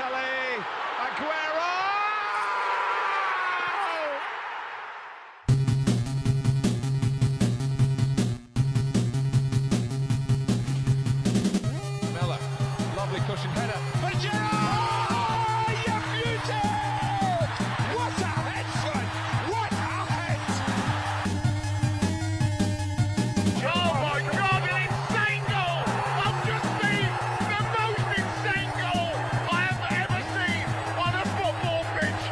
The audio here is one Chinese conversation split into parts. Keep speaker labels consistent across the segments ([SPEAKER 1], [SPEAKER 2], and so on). [SPEAKER 1] Balotelli, Aguero!
[SPEAKER 2] Mella. Lovely cushion header.
[SPEAKER 1] But Gerrard! You're Oh, beauty! What a headshot! What a head!
[SPEAKER 3] Oh my god, an insane goal! I've just seen the most insane goal I have ever seen on a football pitch.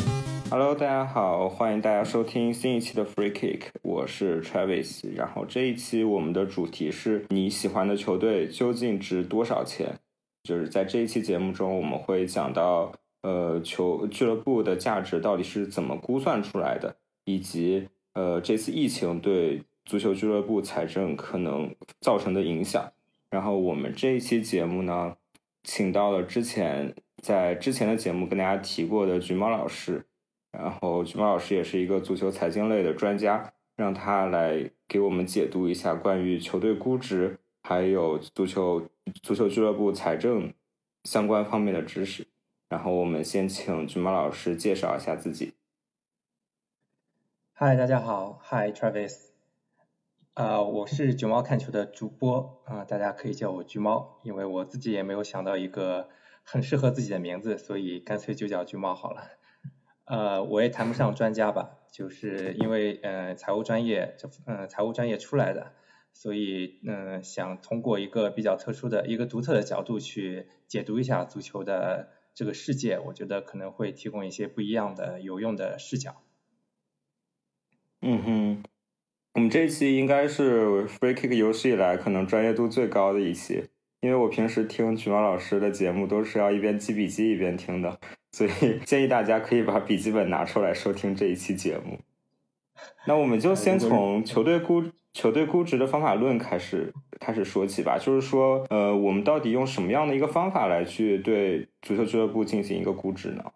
[SPEAKER 3] Incredible!
[SPEAKER 4] Hello，大家好，欢迎大家收听新一期的 Free Kick，我是 Travis。然后这一期我们的主题是你喜欢的球队究竟值多少钱？就是在这一期节目中，我们会讲到呃球俱乐部的价值到底是怎么估算出来的，以及呃这次疫情对足球俱乐部财政可能造成的影响。然后我们这一期节目呢，请到了之前在之前的节目跟大家提过的橘猫老师，然后橘猫老师也是一个足球财经类的专家，让他来给我们解读一下关于球队估值，还有足球足球俱乐部财政相关方面的知识。然后我们先请橘猫老师介绍一下自己。
[SPEAKER 5] 嗨，大家好，嗨，Travis，啊、我是橘猫看球的主播啊、大家可以叫我橘猫，因为我自己也没有想到一个很适合自己的名字，所以干脆就叫橘猫好了。呃，我也谈不上专家吧，就是因为呃财务专业这呃财务专业出来的，所以嗯、呃想通过一个比较特殊的一个独特的角度去解读一下足球的这个世界，我觉得可能会提供一些不一样的有用的视角。
[SPEAKER 4] 嗯哼，我们这一期应该是 Free Kick 有史以来可能专业度最高的一期，因为我平时听橘猫老师的节目都是要一边记笔记一边听的，所以 建议大家可以把笔记本拿出来收听这一期节目。那我们就先从球队估球队估值的方法论开始开始说起吧，就是说，呃，我们到底用什么样的一个方法来去对足球俱乐部进行一个估值呢？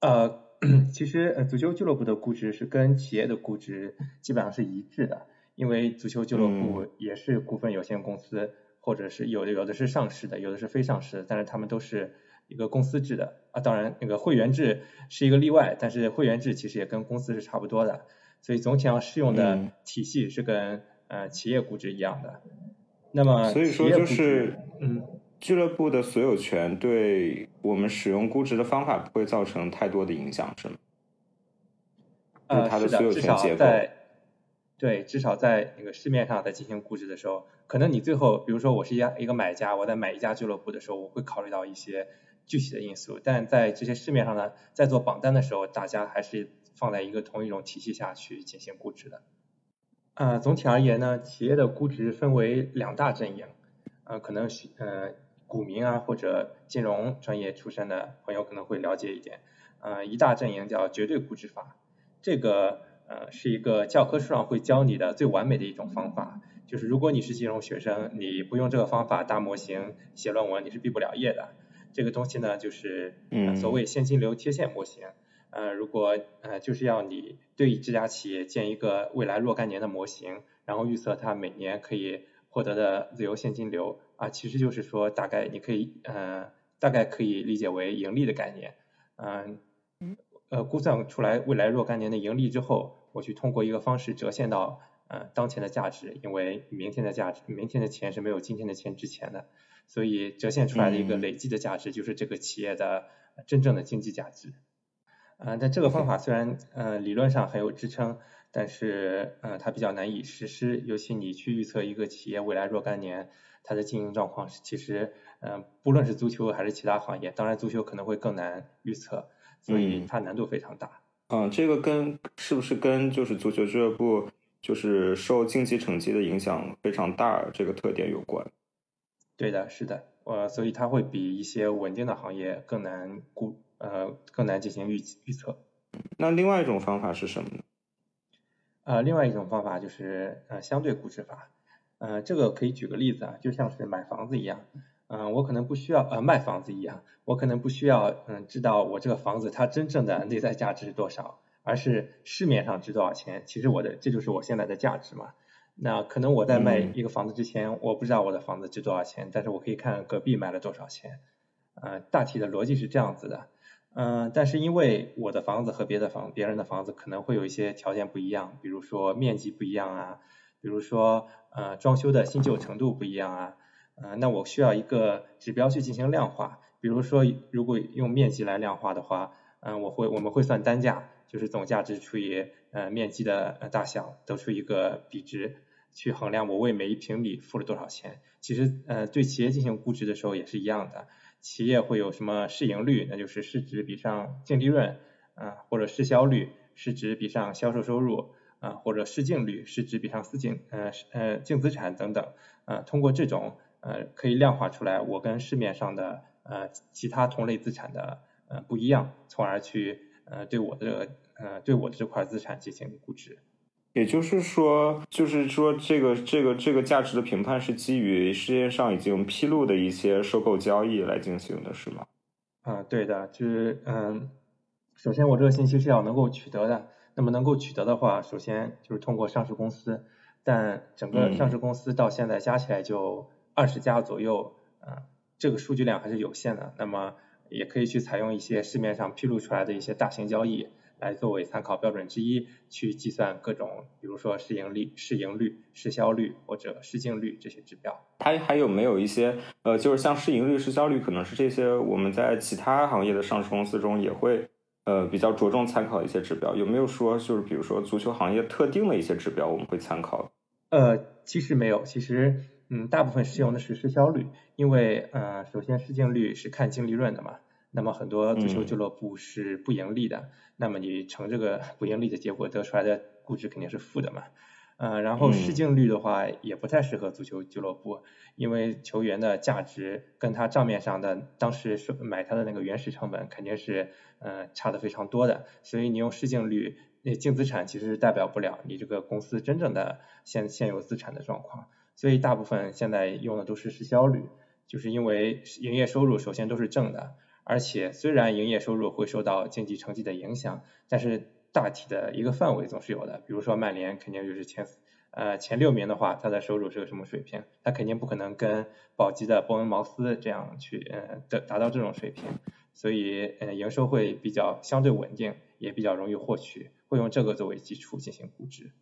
[SPEAKER 5] 呃， 其实呃，足球俱乐部的估值是跟企业的估值基本上是一致的，因为足球俱乐
[SPEAKER 4] 嗯
[SPEAKER 5] 部也是股份有限公司，或者是有的有的是上市的，有的是非上市的，但是他们都是一个公司制的啊。当然，那个会员制是一个例外，但是会员制其实也跟公司是差不多的，所以总体上适用
[SPEAKER 4] 嗯
[SPEAKER 5] 的体系是跟、呃企业估值一样的。那么，
[SPEAKER 4] 所以说就是，
[SPEAKER 5] 嗯。
[SPEAKER 4] 俱乐部的所有权对我们使用估值的方法不会造成太多的影响，是吗？就是
[SPEAKER 5] 呃，
[SPEAKER 4] 它的
[SPEAKER 5] 是的，
[SPEAKER 4] 所有
[SPEAKER 5] 至
[SPEAKER 4] 权
[SPEAKER 5] 少
[SPEAKER 4] 结构
[SPEAKER 5] 在对，至少在那个市面上在进行估值的时候，可能你最后，比如说我是一家一个买家，我在买一家俱乐部的时候，我会考虑到一些具体的因素，但在这些市面上呢，在做榜单的时候，大家还是放在一个同一种体系下去进行估值的。呃，总体而言呢，企业的估值分为两大阵营，呃，可能是呃股民啊或者金融专业出身的朋友可能会了解一点，呃，一大阵营叫绝对估值法，这个呃是一个教科书上会教你的最完美的一种方法，就是如果你是金融学生，你不用这个方法搭模型写论文，你是毕不了业的。这个东西呢，就是、呃、
[SPEAKER 4] 嗯
[SPEAKER 5] 所谓现金流贴现模型。呃，如果呃就是要你对这家企业建一个未来若干年的模型，然后预测它每年可以获得的自由现金流啊，其实就是说大概你可以呃大概可以理解为盈利的概念，嗯、呃，估算出来未来若干年的盈利之后，我去通过一个方式折现到呃当前的价值，因为明天的价值，明天的钱是没有今天的钱值钱的，所以折现出来的一个
[SPEAKER 4] 嗯
[SPEAKER 5] 累计的价值就是这个企业的真正的经济价值。呃，但这个方法虽然呃理论上很有支撑，但是呃它比较难以实施，尤其你去预测一个企业未来若干年它的经营状况，其实呃不论是足球还是其他行业，当然足球可能会更难预测，所以
[SPEAKER 4] 嗯
[SPEAKER 5] 它难度非常大。
[SPEAKER 4] 嗯，这个跟是不是跟就是足球俱乐部就是受竞技成绩的影响非常大这个特点有关？
[SPEAKER 5] 对的，是的，呃，所以它会比一些稳定的行业更难估，呃，更难进行预预测。
[SPEAKER 4] 那另外一种方法是什么呢？
[SPEAKER 5] 呃，另外一种方法就是呃相对估值法，呃，这个可以举个例子啊，就像是买房子一样，嗯、我可能不需要呃卖房子一样，我可能不需要嗯、知道我这个房子它真正的内在价值是多少，而是市面上值多少钱，其实我的这就是我现在的价值嘛。那可能我在卖
[SPEAKER 4] 嗯
[SPEAKER 5] 一个房子之前，我不知道我的房子值多少钱，但是我可以看隔壁卖了多少钱。呃，大体的逻辑是这样子的。嗯、但是因为我的房子和别的房、别人的房子可能会有一些条件不一样，比如说面积不一样啊，比如说呃装修的新旧程度不一样啊，呃，那我需要一个指标去进行量化。比如说，如果用面积来量化的话，嗯、我会我们会算单价，就是总价值除以呃面积的呃大小，得出一个比值，去衡量我为每一平米付了多少钱。其实，呃，对企业进行估值的时候也是一样的，企业会有什么市盈率，那就是市值比上净利润，啊、或者市销率，市值比上销售收入，啊、或者市净率，市值比上私净，呃，是呃，净资产等等，呃，通过这种呃，可以量化出来我跟市面上的呃其他同类资产的呃不一样，从而去呃对我的呃对我的这块资产进行估值。
[SPEAKER 4] 也就是说，就是说这个这个这个价值的评判是基于世界上已经披露的一些收购交易来进行的，是吗？
[SPEAKER 5] 啊、对的，就是嗯，首先我这个信息是要能够取得的，那么能够取得的话，首先就是通过上市公司，但整个上市公司到现在加起来就二十家左右，啊、这个数据量还是有限的，那么也可以去采用一些市面上披露出来的一些大型交易来作为参考标准之一，去计算各种，比如说市盈率、市盈率、市销率或者市净率这些指标。
[SPEAKER 4] 它还有没有一些呃，就是像市盈率、市销率，可能是这些我们在其他行业的上市公司中也会呃比较着重参考一些指标。有没有说就是比如说足球行业特定的一些指标我们会参考？
[SPEAKER 5] 呃，其实没有，其实嗯，大部分适用的是市销率，因为呃，首先市净率是看净利润的嘛，那么很多足球
[SPEAKER 4] 嗯
[SPEAKER 5] 俱乐部是不盈利的，那么你乘这个不盈利的结果得出来的估值肯定是负的嘛。呃，然后市
[SPEAKER 4] 嗯
[SPEAKER 5] 净率的话也不太适合足球俱乐部，因为球员的价值跟他账面上的当时是买他的那个原始成本肯定是呃差的非常多的，所以你用市净率，那净资产其实是代表不了你这个公司真正的现现有资产的状况，所以大部分现在用的都是市销率，就是因为营业收入首先都是正的，而且虽然营业收入会受到经济成绩的影响，但是大体的一个范围总是有的。比如说曼联肯定就是前呃前六名的话，它的收入是个什么水平？它肯定不可能跟保级的伯恩茅斯这样去呃的达到这种水平，所以呃营收会比较相对稳定，也比较容易获取，会用这个作为基础进行估值。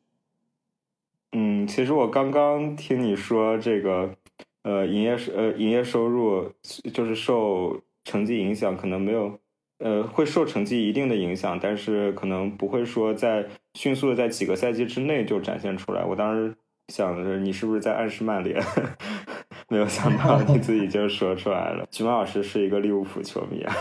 [SPEAKER 4] 嗯，其实我刚刚听你说这个，呃，营业收呃营业收入就是受成绩影响，可能没有，呃，会受成绩一定的影响，但是可能不会说在迅速的在几个赛季之内就展现出来。我当时想的是，你是不是在暗示曼联？ 没有想到你自己就说出来 了。菊猫老师是一个利物浦球迷啊。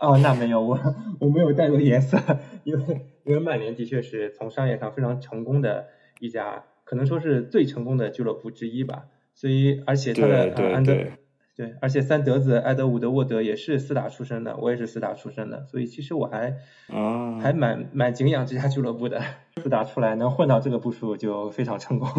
[SPEAKER 5] 哦，那没有，我我没有带入颜色，因为因为曼联的确是从商业上非常成功的一家，可能说是最成功的俱乐部之一吧。所以，而且他的
[SPEAKER 4] 对对
[SPEAKER 5] 呃、安德
[SPEAKER 4] 对
[SPEAKER 5] 对，而且三德子埃德伍德沃德也是四大出身的，我也是四大出身的，所以其实我还
[SPEAKER 4] 啊，
[SPEAKER 5] 还蛮蛮敬仰这家俱乐部的。四大出来能混到这个步数就非常成功。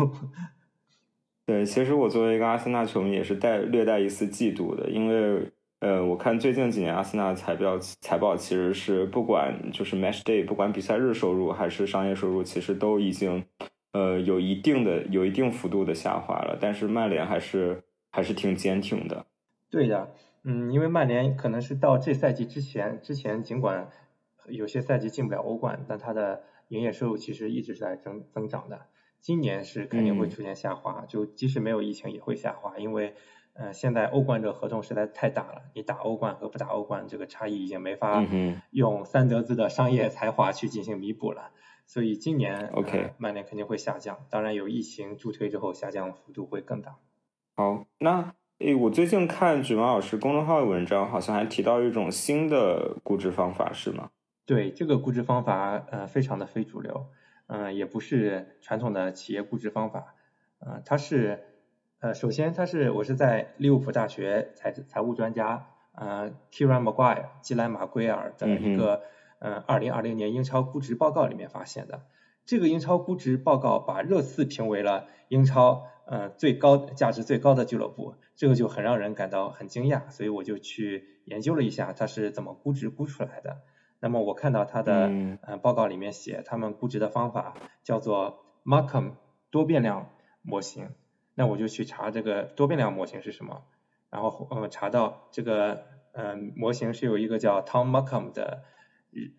[SPEAKER 4] 对，其实我作为一个阿森纳球迷，也是带略带一丝嫉妒的，因为呃，我看最近几年阿森纳的财报财报其实是不管就是 match day，不管比赛日收入还是商业收入，其实都已经呃有一定的有一定幅度的下滑了，但是曼联还是还是挺坚挺的。
[SPEAKER 5] 对的，嗯，因为曼联可能是到这赛季之前，之前尽管有些赛季进不了欧冠，但它的营业收入其实一直是在增增长的。今年是肯定会
[SPEAKER 4] 嗯
[SPEAKER 5] 出现下滑，就即使没有疫情也会下滑，因为呃现在欧冠这个合同实在太大了，你打欧冠和不打欧冠这个差异已经没法
[SPEAKER 4] 嗯哼
[SPEAKER 5] 用三德子的商业才华去进行弥补了，所以今年
[SPEAKER 4] OK
[SPEAKER 5] 呃曼联肯定会下降，当然有疫情助推之后下降幅度会更大。
[SPEAKER 4] 好，那诶，我最近看卷毛老师公众号的文章，好像还提到一种新的估值方法，是吗？
[SPEAKER 5] 对，这个估值方法，呃，非常的非主流，嗯、也不是传统的企业估值方法，呃，它是，呃，首先它是我是在利物浦大学财财务专家，呃，Kieran Maguire 基兰马圭尔的
[SPEAKER 4] 嗯哼
[SPEAKER 5] 一个，呃，二零二零年英超估值报告里面发现的。这个英超估值报告把热刺评为了英超呃最高价值最高的俱乐部，这个就很让人感到很惊讶，所以我就去研究了一下它是怎么估值估出来的。那么我看到它的
[SPEAKER 4] 嗯
[SPEAKER 5] 呃报告里面写，他们估值的方法叫做 Markham 多变量模型，那我就去查这个多变量模型是什么，然后嗯查到这个嗯模型是有一个叫 Tom Markham 的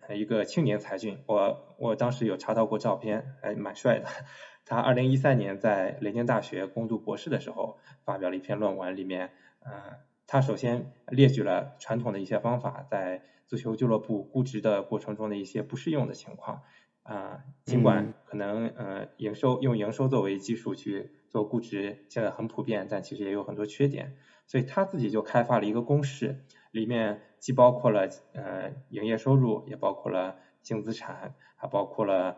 [SPEAKER 5] 呃一个青年才俊，我我当时有查到过照片，哎蛮帅的。 他二零一三年在雷丁大学攻读博士的时候发表了一篇论文，里面呃他首先列举了传统的一些方法在足球俱乐部估值的过程中的一些不适用的情况。啊、尽管可能呃营收用营收作为基数去做估值，现在很普遍，但其实也有很多缺点。所以他自己就开发了一个公式，里面既包括了呃营业收入，也包括了净资产，还包括了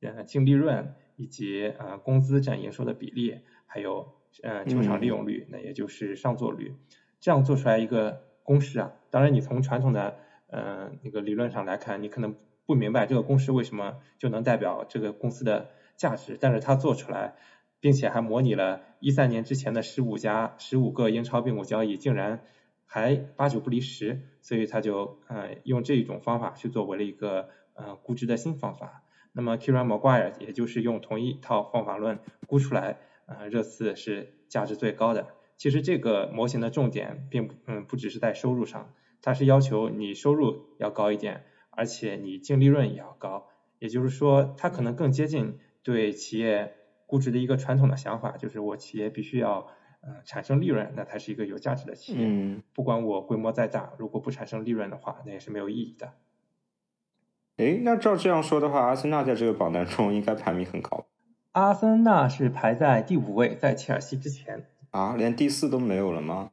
[SPEAKER 5] 呃呃净利润以及呃工资占营收的比例，还有呃球场利用率，那也就是上座率。这样做出来一个公式啊，当然你从传统的呃那个理论上来看，你可能不明白这个公式为什么就能代表这个公司的价值，但是它做出来，并且还模拟了一三年之前的十五家十五个英超并购交易，竟然还八九不离十，所以他就呃用这一种方法去作为了一个呃估值的新方法。那么 Kieran Maguire 也就是用同一套方法论估出来，呃，热刺是价值最高的。其实这个模型的重点并不，嗯，不只是在收入上，它是要求你收入要高一点，而且你净利润也要高。也就是说，它可能更接近对企业估值的一个传统的想法，就是我企业必须要，呃，产生利润，那才是一个有价值的企业。
[SPEAKER 4] 嗯，
[SPEAKER 5] 不管我规模再大，如果不产生利润的话，那也是没有意义的。
[SPEAKER 4] 诶，那照这样说的话，阿森纳在这个榜单中应该排名很高
[SPEAKER 5] 阿森纳是排在第五位，在切尔西之前。
[SPEAKER 4] 啊，连第四都没有了吗？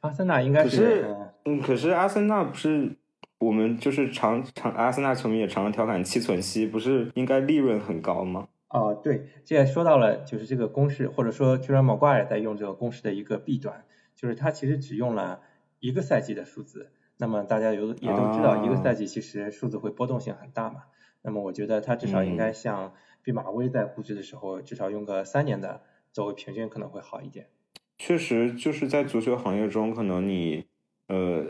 [SPEAKER 5] 阿森纳应该
[SPEAKER 4] 可
[SPEAKER 5] 是
[SPEAKER 4] 是
[SPEAKER 5] 呃，
[SPEAKER 4] 嗯，可是阿森纳不是我们就是常常阿森纳球迷也常常调侃七存七，不是应该利润很高吗？
[SPEAKER 5] 哦，对，这也说到了，就是这个公式，或者说 Kieran Maguire 在用这个公式的一个弊端，就是他其实只用了一个赛季的数字。那么大家有也都知道，一个
[SPEAKER 4] 啊
[SPEAKER 5] 赛季其实数字会波动性很大嘛。那么我觉得他至
[SPEAKER 4] 嗯
[SPEAKER 5] 少应该像毕马威在估值的时候，至少用个三年的作为平均可能会好一点。
[SPEAKER 4] 确实，就是在足球行业中，可能你呃，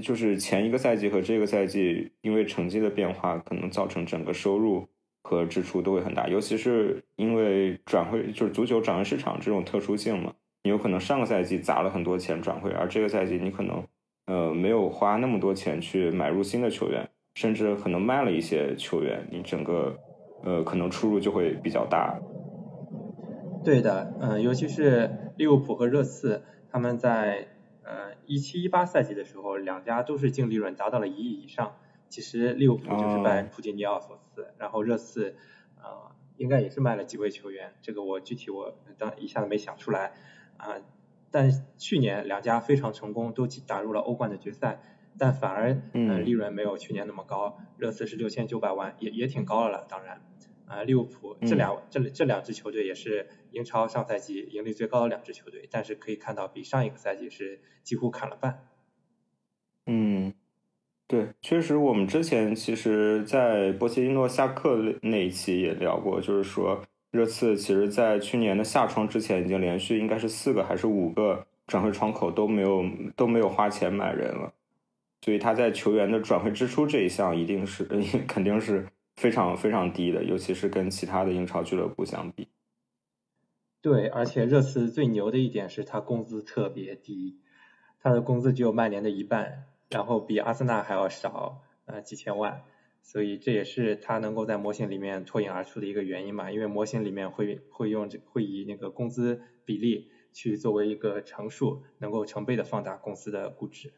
[SPEAKER 4] 就是前一个赛季和这个赛季，因为成绩的变化，可能造成整个收入和支出都会很大，尤其是因为转会就是足球转会市场这种特殊性嘛，你有可能上个赛季砸了很多钱转会，而这个赛季你可能呃没有花那么多钱去买入新的球员，甚至可能卖了一些球员，你整个呃可能出入就会比较大。
[SPEAKER 5] 对的，嗯、尤其是利物浦和热刺，他们在呃一七一八赛季的时候，两家都是净利润达到了一亿以上。其实利物浦就是拜
[SPEAKER 4] 哦
[SPEAKER 5] 普吉尼奥所赐，然后热刺，呃，应该也是卖了几位球员，这个我具体我当一下子没想出来，啊、但去年两家非常成功，都进打入了欧冠的决赛，但反而呃
[SPEAKER 4] 嗯
[SPEAKER 5] 利润没有去年那么高，热刺是六千九百万，也也挺高了啦，当然。啊，利物浦
[SPEAKER 4] 嗯
[SPEAKER 5] 这俩、这这两支球队也是英超上赛季盈利最高的两支球队，但是可以看到比上一个赛季是几乎砍了半。
[SPEAKER 4] 嗯，对，确实，我们之前其实，在波切蒂诺下课那一期也聊过，就是说热刺其实在去年的夏窗之前，已经连续应该是四个还是五个转会窗口都没有都没有花钱买人了，所以他在球员的转会支出这一项一定是 肯定是非常非常低的，尤其是跟其他的英超俱乐部相比。
[SPEAKER 5] 对，而且热刺最牛的一点是他工资特别低，他的工资只有曼联的一半，然后比阿森纳还要少呃几千万，所以这也是他能够在模型里面脱颖而出的一个原因嘛，因为模型里面会会用这会以那个工资比例去作为一个乘数，能够成倍的放大公司的估值。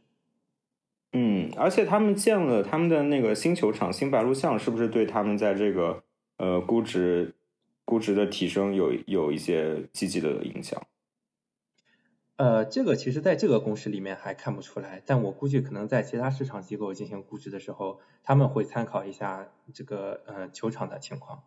[SPEAKER 4] 嗯，而且他们建了他们的那个新球场新白鹿巷，是不是对他们在这个呃估值估值的提升有有一些积极的影响？
[SPEAKER 5] 呃，这个其实在这个公式里面还看不出来，但我估计可能在其他市场机构进行估值的时候，他们会参考一下这个呃球场的情况，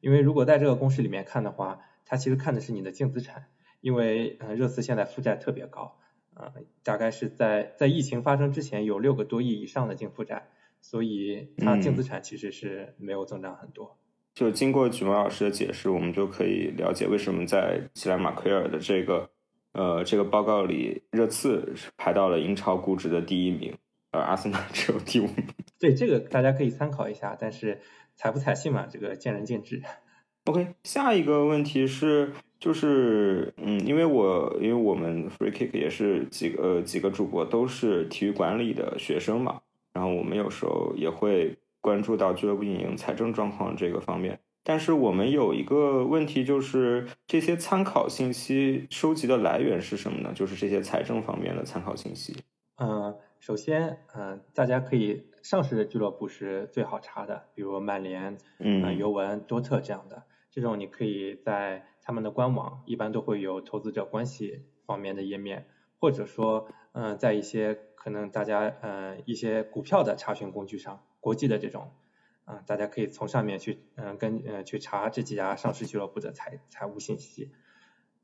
[SPEAKER 5] 因为如果在这个公式里面看的话，它其实看的是你的净资产，因为呃热刺现在负债特别高，呃大概是在在疫情发生之前有六个多亿以上的净负债，所以它净资
[SPEAKER 4] 嗯
[SPEAKER 5] 产其实是没有增长很多。
[SPEAKER 4] 就经过举毛老师的解释，我们就可以了解为什么在齐莱马奎尔的这个呃这个报告里，热刺是排到了英超估值的第一名，而阿森纳只有第五名。
[SPEAKER 5] 对，这个大家可以参考一下，但是采不采信嘛，这个见仁见智。
[SPEAKER 4] OK，下一个问题是，就是嗯，因为我因为我们 Free Kick 也是几个、呃、几个主播都是体育管理的学生嘛，然后我们有时候也会关注到俱乐部运营财政状况这个方面。但是我们有一个问题，就是这些参考信息收集的来源是什么呢？就是这些财政方面的参考信息。
[SPEAKER 5] 嗯，首先，嗯，大家可以上市俱乐部是最好查的，比如曼联、
[SPEAKER 4] 嗯
[SPEAKER 5] 呃尤文、多特这样的。这种你可以在他们的官网，一般都会有投资者关系方面的页面，或者说，嗯，在一些可能大家嗯、呃一些股票的查询工具上，国际的这种，啊、大家可以从上面去嗯、呃跟嗯、呃去查这几家上市俱乐部的财财务信息。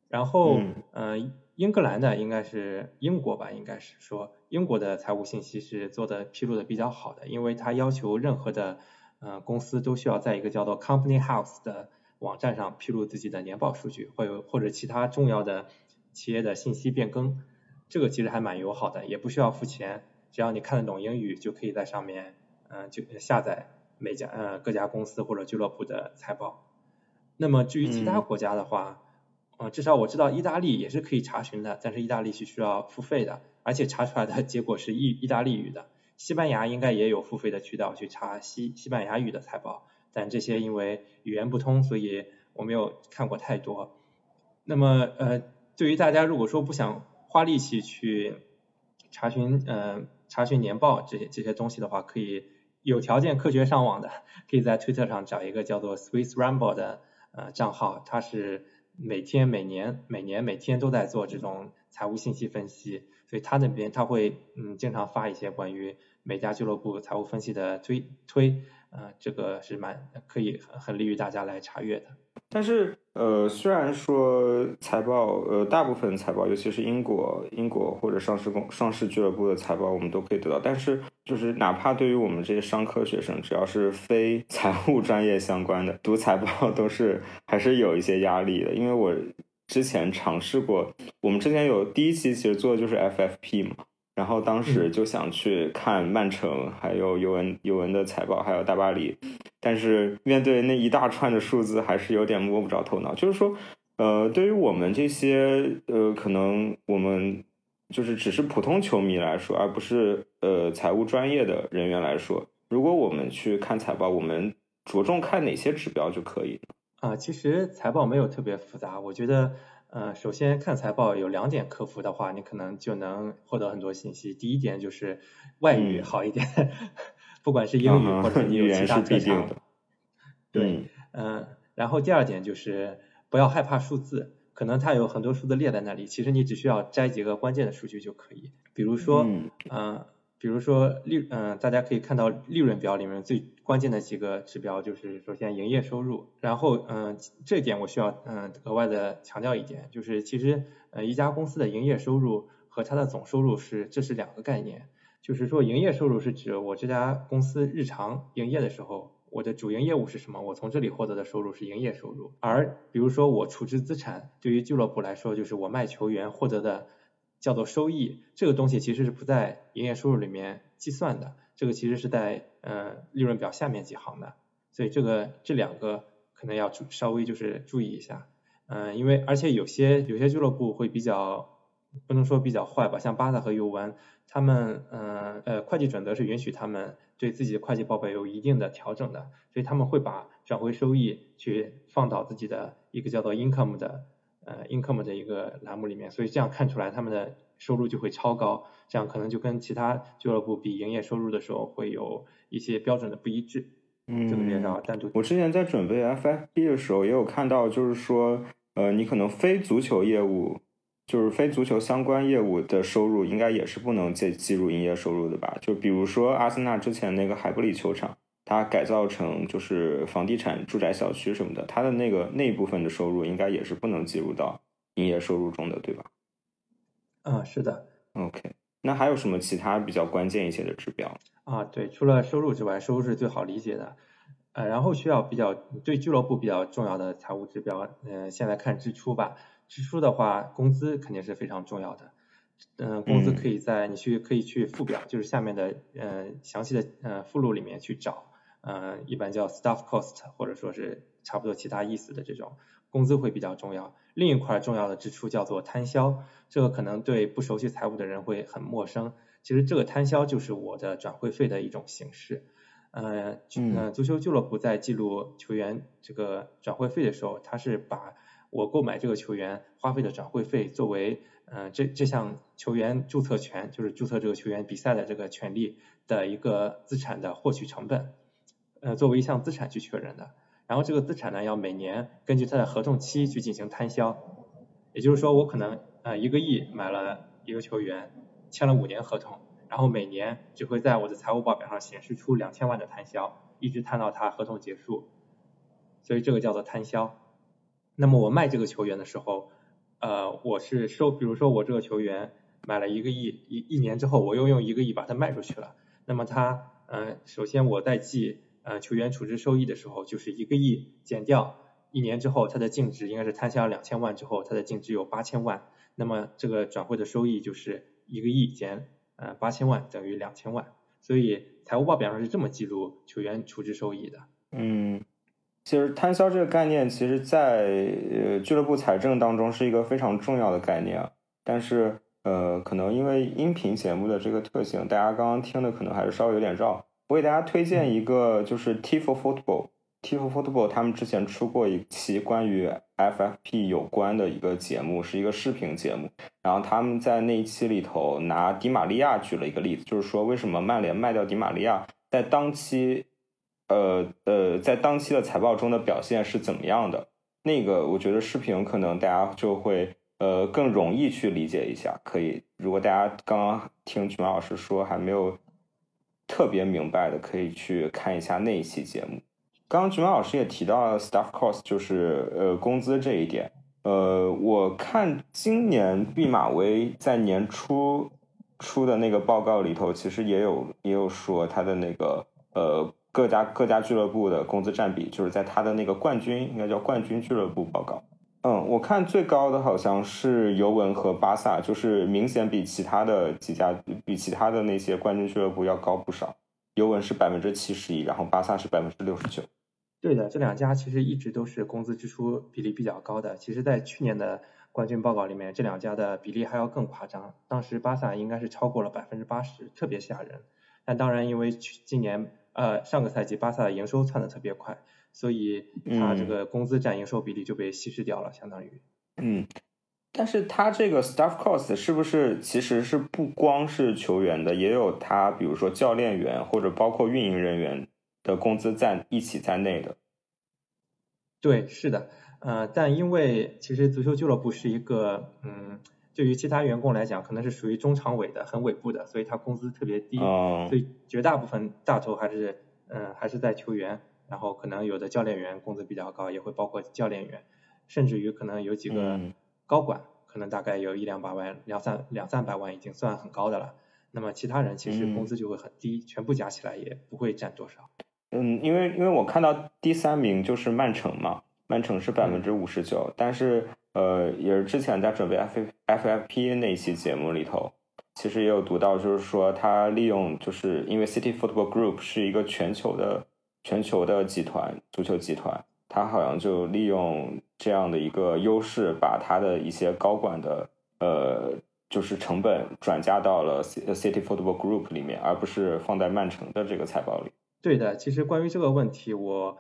[SPEAKER 5] 然后，
[SPEAKER 4] 嗯
[SPEAKER 5] 嗯，英格兰呢，应该是英国吧，应该是说英国的财务信息是做的披露的比较好的，因为它要求任何的呃公司都需要在一个叫做 Company House 的网站上披露自己的年报数据，或有或者其他重要的企业的信息变更，这个其实还蛮友好的，也不需要付钱，只要你看得懂英语，就可以在上面嗯、呃就下载每家呃各家公司或者俱乐部的财报。那么至于其他
[SPEAKER 4] 嗯
[SPEAKER 5] 国家的话，呃，至少我知道意大利也是可以查询的，但是意大利是需要付费的，而且查出来的结果是意意大利语的。西班牙应该也有付费的渠道去查西西班牙语的财报，但这些因为语言不通，所以我没有看过太多。那么呃，对于大家如果说不想花力气去查询呃查询年报这些这些东西的话，可以有条件科学上网的，可以在推特上找一个叫做 Swiss Ramble 的呃账号，它是每天每年每年每天都在做这种财务信息分析，所以他那边他会嗯经常发一些关于每家俱乐部财务分析的推推，呃这个是蛮可以很很利于大家来查阅的。
[SPEAKER 4] 但是，呃，虽然说财报，呃，大部分财报，尤其是英国、英国或者上市公上市俱乐部的财报，我们都可以得到。但是，就是哪怕对于我们这些商科学生，只要是非 财务专业相关的，读财报都是还是有一些压力的。因为我之前尝试过，我们之前有第一期其实做的就是 FFP 嘛，然后当
[SPEAKER 5] 嗯
[SPEAKER 4] 时就想去看曼城，还有尤文尤文的财报，还有大巴黎，但是面对那一大串的数字，还是有点摸不着头脑。就是说，呃，对于我们这些呃，可能我们就是只是普通球迷来说，而不是呃财务专业的人员来说，如果我们去看财报，我们着重看哪些指标就可以？
[SPEAKER 5] 啊、其实财报没有特别复杂，我觉得，呃，首先看财报有两点克服的话，你可能就能获得很多信息。第一点就是外语
[SPEAKER 4] 嗯
[SPEAKER 5] 好一点， 不管是英语
[SPEAKER 4] 啊
[SPEAKER 5] 或者你有
[SPEAKER 4] 语
[SPEAKER 5] 其
[SPEAKER 4] 言
[SPEAKER 5] 他
[SPEAKER 4] 是
[SPEAKER 5] 特
[SPEAKER 4] 必定
[SPEAKER 5] 长
[SPEAKER 4] 的，。
[SPEAKER 5] 对，
[SPEAKER 4] 嗯
[SPEAKER 5] 嗯、然后第二点就是不要害怕数字，可能它有很多数字列在那里，其实你只需要摘几个关键的数据就可以。比如说，
[SPEAKER 4] 嗯
[SPEAKER 5] 呃，比如说利，嗯、大家可以看到利润表里面最关键的几个指标就是首先营业收入，然后嗯、呃这点我需要嗯、额外的强调一点，就是其实呃一家公司的营业收入和它的总收入是这是两个概念，就是说营业收入是指我这家公司日常营业的时候。我的主营业务是什么？我从这里获得的收入是营业收入，而比如说我处置资产，对于俱乐部来说，就是我卖球员获得的叫做收益，这个东西其实是不在营业收入里面计算的，这个其实是在呃利润表下面几行的，所以这个这两个可能要注稍微就是注意一下，嗯、因为而且有些有些俱乐部会比较不能说比较坏吧，像巴萨和尤文，他们嗯呃会计准则是允许他们对自己的会计报表有一定的调整的，所以他们会把转回收益去放到自己的一个叫做 income 的呃 income 的一个栏目里面，所以这样看出来他们的收入就会超高，这样可能就跟其他俱乐部比营业收入的时候会有一些标准的不一致，
[SPEAKER 4] 嗯，
[SPEAKER 5] 这个也要单独
[SPEAKER 4] 我之前在准备 FFB 的时候，也有看到，就是说，呃，你可能非足球业务，就是非足球相关业务的收入，应该也是不能计计入营业收入的吧？就比如说阿森纳之前那个海布里球场，它改造成就是房地产住宅小区什么的，它的那个那一部分的收入，应该也是不能计入到营业收入中的，对吧
[SPEAKER 5] 嗯，是的。
[SPEAKER 4] ？OK，那还有什么其他比较关键一些的指标？
[SPEAKER 5] 啊，对，除了收入之外，收入是最好理解的。呃，然后需要比较对俱乐部比较重要的财务指标，嗯、先来看支出吧。支出的话，工资肯定是非常重要的。嗯、工资
[SPEAKER 4] 嗯
[SPEAKER 5] 呃可以在你去可以去附表，就是下面的呃详细的呃附录里面去找。呃，一般叫 staff cost，或者说是差不多其他意思的这种工资会比较重要。另一块重要的支出叫做摊销，这个可能对不熟悉财务的人会很陌生。其实这个摊销就是我的转会费的一种形式。呃，呃，足球俱乐部在记录球员这个转会费的时候，他是把我购买这个球员花费的转会费作为呃这这项球员注册权，就是注册这个球员比赛的这个权利的一个资产的获取成本，呃，作为一项资产去确认的。然后这个资产呢，要每年根据它的合同期去进行摊销。也就是说，我可能呃一个亿买了一个球员，签了五年合同，然后每年只会在我的财务报表上显示出两千万的摊销，一直摊到他合同结束。所以这个叫做摊销。那么我卖这个球员的时候，呃，我是收，比如说我这个球员买了一个亿，一一年之后我又用一个亿把它卖出去了，那么它，呃，首先我在记呃球员处置收益的时候，就是一个亿减掉一年之后它的净值应该是摊销两千万之后它的净值有八千万，那么这个转会的收益就是一个亿减呃八千万等于两千万，所以财务报表上是这么记录球员处置收益的。
[SPEAKER 4] 嗯，其实摊销这个概念，其实在呃俱乐部财政当中是一个非常重要的概念啊。但是呃，可能因为音频节目的这个特性，大家刚刚听的可能还是稍微有点绕。我给大家推荐一个，就是 T for Football，T for Football 他们之前出过一期关于 FFP 有关的一个节目，是一个视频节目。然后他们在那一期里头拿迪玛利亚举了一个例子，就是说为什么曼联卖掉迪玛利亚，在当期呃呃，在当期的财报中的表现是怎么样的？那个我觉得视频可能大家就会呃更容易去理解一下。可以，如果大家刚刚听菊马老师说还没有特别明白的，可以去看一下那一期节目。刚刚菊马老师也提到了 staff cost，就是呃工资这一点。呃，我看今年毕马威在年初出的那个报告里头，其实也有也有说他的那个呃各家各家俱乐部的工资占比，就是在他的那个冠军应该叫冠军俱乐部报告。嗯，我看最高的好像是尤文和巴萨，就是明显比其他的几家比其他的那些冠军俱乐部要高不少。尤文是百分之七十一，然后巴萨是百分之六十九。
[SPEAKER 5] 对的，这两家其实一直都是工资支出比例比较高的。其实，在去年的冠军报告里面，这两家的比例还要更夸张。当时巴萨应该是超过了百分之八十，特别吓人。但当然，因为去今年呃上个赛季巴萨的营收窜的特别快，所以它这个工资占营收比例就被稀释掉了，相当于。
[SPEAKER 4] 嗯，但是他这个 staff cost 是不是其实是不光是球员的，也有他比如说教练员或者包括运营人员的工资在一起在内的？
[SPEAKER 5] 对，是的，呃，但因为其实足球俱乐部是一个嗯，对于其他员工来讲，可能是属于中常委的，很尾部的，所以他工资特别低。
[SPEAKER 4] 嗯
[SPEAKER 5] 所以绝大部分大头还是嗯还是在球员，然后可能有的教练员工资比较高，也会包括教练员，甚至于可能有几个
[SPEAKER 4] 嗯
[SPEAKER 5] 高管，可能大概有一两百万、两三两三百万已经算很高的了。那么其他人其实工资就会很低，全部加起来也不会占多少。
[SPEAKER 4] 嗯，因为因为我看到第三名就是曼城嘛，曼城是百分之五十九，但是呃，也是之前在准备 F F F P 那一期节目里头，其实也有读到，就是说他利用就是因为 City Football Group 是一个全球的全球的集团足球集团，他好像就利用这样的一个优势，把他的一些高管的呃就是成本转嫁到了 C- 呃 City Football Group 里面，而不是放在曼城的这个财报里。
[SPEAKER 5] 对的，其实关于这个问题，我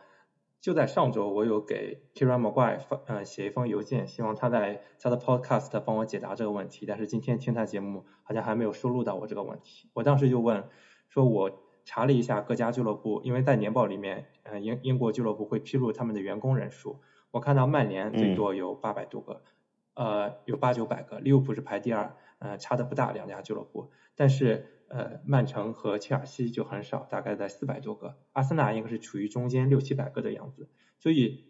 [SPEAKER 5] 就在上周我有给 Kira m a g u i 发呃写一封邮件，希望他在他的 Podcast 帮我解答这个问题。但是今天听他节目好像还没有收录到我这个问题。我当时就问说，我查了一下各家俱乐部，因为在年报里面，呃英英国俱乐部会披露他们的员工人数，我看到曼联最多有八百多个，呃有八九百个，利物浦是排第二，呃差的不大，两家俱乐部。但是呃，曼城和切尔西就很少，大概在四百多个，阿森纳应该是处于中间六七百个的样子，所以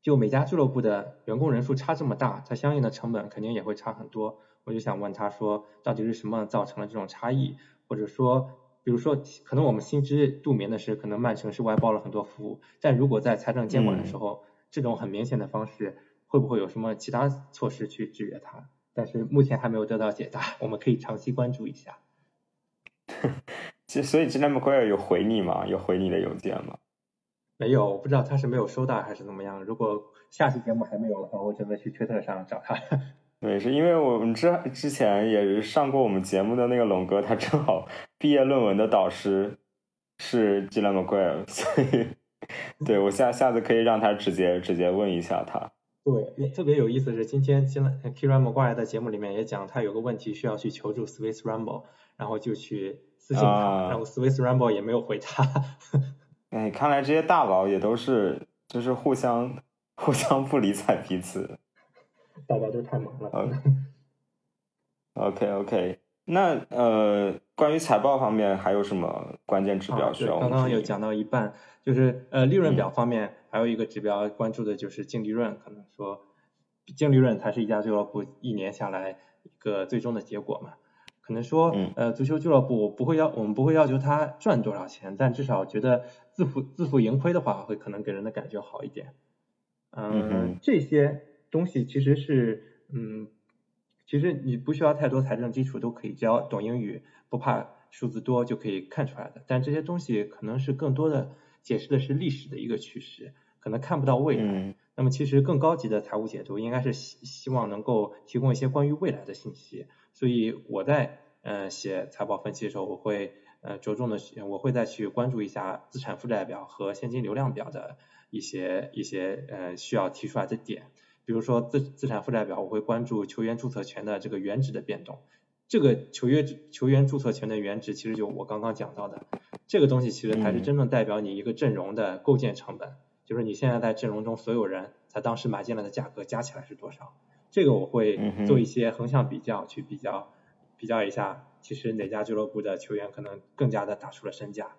[SPEAKER 5] 就每家俱乐部的员工人数差这么大，它相应的成本肯定也会差很多。我就想问他说，到底是什么造成了这种差异，或者说？比如说，可能我们心知肚明的是，可能曼城是外包了很多服务，但如果在财政监管的时候，这种很明显的方式，会不会有什么其他措施去制约它？但是目前还没有得到解答，我们可以长期关注一下。
[SPEAKER 4] 其所以 j i l l i a m c q u i r 有回你吗？有回你的邮件吗？
[SPEAKER 5] 没有，我不知道他是没有收到还是怎么样。如果下期节目还没有的话，我准备去推特上找他。
[SPEAKER 4] 对，是因为我们之之前也上过我们节目的那个龙哥，他正好毕业论文的导师是吉兰 m c q 所以对我下下次可以让他直接直接问一下他。
[SPEAKER 5] 对，特别有意思是，今天今 Kira m a g u i r 在节目里面也讲，他有个问题需要去求助 Swiss Rumble，然后就去私信他，
[SPEAKER 4] 啊
[SPEAKER 5] 然后 Swiss Rumble 也没有回他。
[SPEAKER 4] 哎，看来这些大佬也都是就是互相 互相不理睬彼此。
[SPEAKER 5] 大家都太忙了。
[SPEAKER 4] OK OK OK，那呃，关于财报方面还有什么关键指标
[SPEAKER 5] 啊，
[SPEAKER 4] 需
[SPEAKER 5] 对，
[SPEAKER 4] 要我
[SPEAKER 5] 刚
[SPEAKER 4] 们注意？嗯
[SPEAKER 5] 刚有讲到一半，就是呃利润表方面还有一个指标关注的就是净利润，可能说净利润才是一家俱乐部一年下来一个最终的结果嘛。可能说
[SPEAKER 4] 嗯
[SPEAKER 5] 呃足球俱乐部不会要我们不会要求他赚多少钱，但至少觉得自负自负盈亏的话，会可能给人的感觉好一点。
[SPEAKER 4] 嗯哼
[SPEAKER 5] 嗯，这些东西其实是嗯。其实你不需要太多财政基础，都可以，只要懂英语，不怕数字多就可以看出来的。但这些东西可能是更多的解释的是历史的一个趋势，可能看不到未来。
[SPEAKER 4] 嗯
[SPEAKER 5] 那么其实更高级的财务解读应该是希希望能够提供一些关于未来的信息。所以我在呃写财报分析的时候，我会呃着重的我会再去关注一下资产负债表和现金流量表的一些一些呃需要提出来的点。比如说资资产负债表，我会关注球员注册权的这个原值的变动。这个球员球员注册权的原值，其实就我刚刚讲到的，这个东西其实才是
[SPEAKER 4] 嗯
[SPEAKER 5] 真正代表你一个阵容的构建成本。就是你现在在阵容中所有人，他当时买进来的价格加起来是多少？这个我会
[SPEAKER 4] 嗯哼
[SPEAKER 5] 做一些横向比较，去比较比较一下，其实哪家俱乐部的球员可能更加的打出了身价。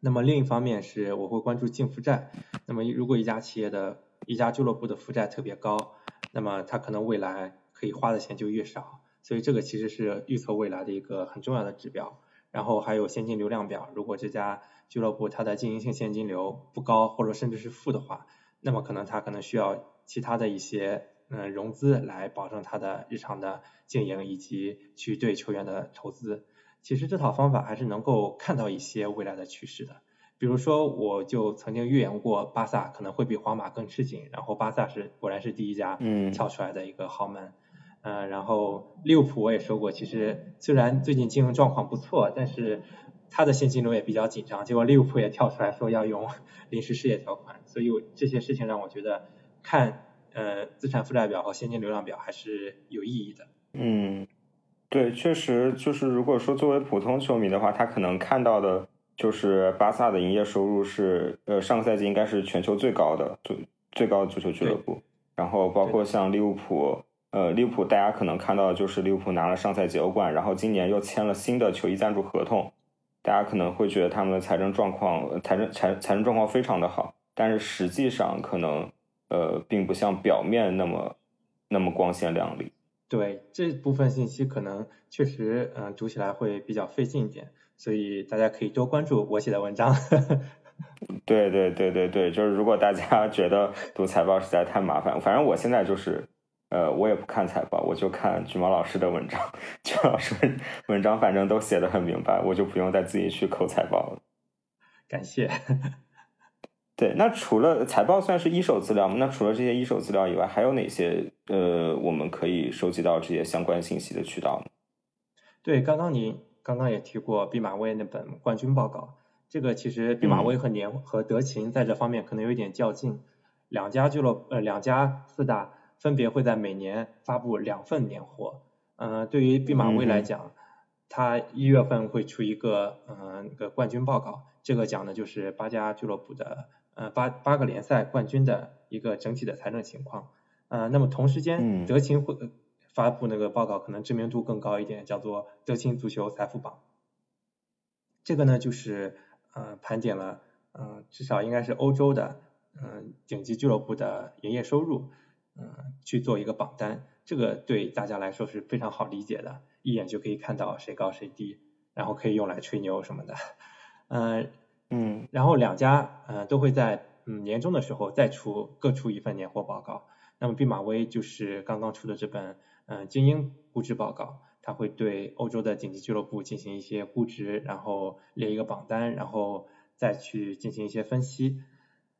[SPEAKER 5] 那么另一方面是我会关注净负债。那么如果一家企业的一家俱乐部的负债特别高，那么它可能未来可以花的钱就越少，所以这个其实是预测未来的一个很重要的指标。然后还有现金流量表，如果这家俱乐部它的经营性现金流不高，或者甚至是负的话，那么可能它可能需要其他的一些嗯、呃融资来保证它的日常的经营以及去对球员的投资。其实这套方法还是能够看到一些未来的趋势的。比如说，我就曾经预言过巴萨可能会比皇马更吃紧，然后巴萨是果然是第一家
[SPEAKER 4] 嗯
[SPEAKER 5] 跳出来的一个豪门。呃，然后利物浦我也说过，其实虽然最近经营状况不错，但是他的现金流也比较紧张，结果利物浦也跳出来说要用 临时失业条款，所以我这些事情让我觉得看呃资产负债表和现金流量表还是有意义的。
[SPEAKER 4] 嗯，对，确实就是，如果说作为普通球迷的话，他可能看到的就是巴萨的营业收入是，呃，上个赛季应该是全球最高的足最高的足球俱乐部，然后包括像利物浦，呃，利物浦大家可能看到的就是利物浦拿了上赛季欧冠，然后今年又签了新的球衣赞助合同，大家可能会觉得他们的财政状况，呃财政财财政状况非常的好，但是实际上可能，呃，并不像表面那么那么光鲜亮丽。
[SPEAKER 5] 对这部分信息，可能确实，嗯、读起来会比较费劲一点，所以大家可以多关注我写的文章。
[SPEAKER 4] 对对对对对，就是如果大家 觉得读财报实在太麻烦，反正我现在就是，呃，我也不看财报，我就看橘猫老师的文章， 橘猫老师文章反正都写的很明白，我就不用再自己去抠财报了。
[SPEAKER 5] 感谢。
[SPEAKER 4] 对，那除了财报算是一手资料吗？那除了这些一手资料以外，还有哪些呃我们可以收集到这些相关信息的渠道呢？
[SPEAKER 5] 对，刚刚你刚刚也提过毕马威那本冠军报告，这个其实毕马
[SPEAKER 4] 嗯
[SPEAKER 5] 威和年和德勤在这方面可能有一点较劲，两家俱乐部呃两家四大分别会在每年发布两份年货。呃，对于毕马威
[SPEAKER 4] 嗯
[SPEAKER 5] 来
[SPEAKER 4] 哼
[SPEAKER 5] 讲，它一月份会出一个嗯、呃、那个冠军报告，这个讲的就是八家俱乐部的呃八八个联赛冠军的一个整体的财政情况。呃，那么同时
[SPEAKER 4] 嗯
[SPEAKER 5] 间，德勤会呃发布那个报告，可能知名度更高一点，叫做《德勤足球财富榜》。这个呢，就是呃盘点了，呃，至少应该是欧洲的，嗯、顶级俱乐部的营业收入，嗯、去做一个榜单。这个对大家来说是非常好理解的，一眼就可以看到谁高谁低，然后可以用来吹牛什么的。 嗯、
[SPEAKER 4] 嗯
[SPEAKER 5] 然后两家呃都会在嗯年终的时候再出各出一份年货报告。那么毕马威就是刚刚出的这本嗯、呃精英估值报告，它会对欧洲的顶级俱乐部进行一些估值，然后列一个榜单，然后再去进行一些分析。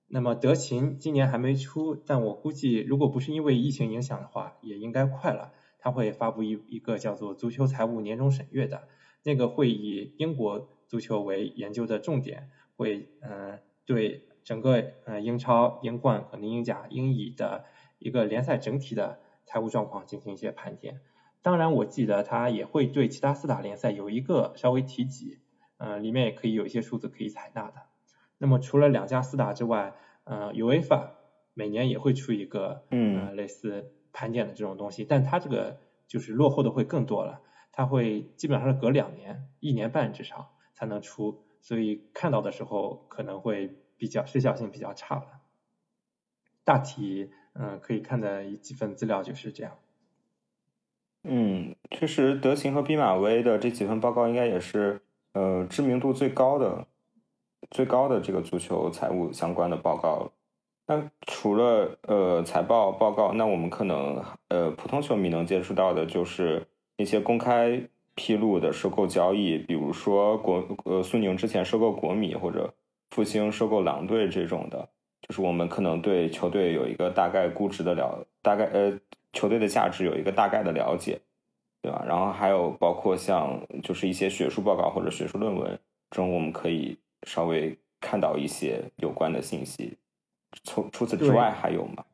[SPEAKER 5] 那么德勤今年还没出，但我估计如果不是因为疫情影响的话，也应该快了。它会发布一一个叫做足球财务年终审阅的，那个会以英国足球为研究的重点，会嗯、呃对整个呃英超、英冠、可能英甲、英乙的一个联赛整体的财务状况进行一些盘点。当然，我记得它也会对其他四大联赛有一个稍微提及，呃，里面也可以有一些数字可以采纳的。那么除了两家四大之外，呃，UEFA 每年也会出一个呃
[SPEAKER 4] 嗯
[SPEAKER 5] 类似盘点的这种东西，但它这个就是落后的会更多了，它会基本上是隔两年、一年半至少才能出，所以看到的时候可能会比较时效性比较差了。大体嗯、呃可以看的几份资料就是这样。
[SPEAKER 4] 嗯，确实，德勤和毕马威的这几份报告应该也是呃知名度最高的、最高的这个足球财务相关的报告了。那除了呃财报报告，那我们可能呃普通球迷能接触到的就是一些公开披露的收购交易，比如说国呃苏宁之前收购国米或者复兴收购狼队这种的，就是我们可能对球队有一个大概估值的了，大概呃球队的价值有一个大概的了解，对吧？然后还有包括像就是一些学术报告或者学术论文中，我们可以稍微看到一些有关的信息。除除此之
[SPEAKER 5] 对
[SPEAKER 4] 外还有吗？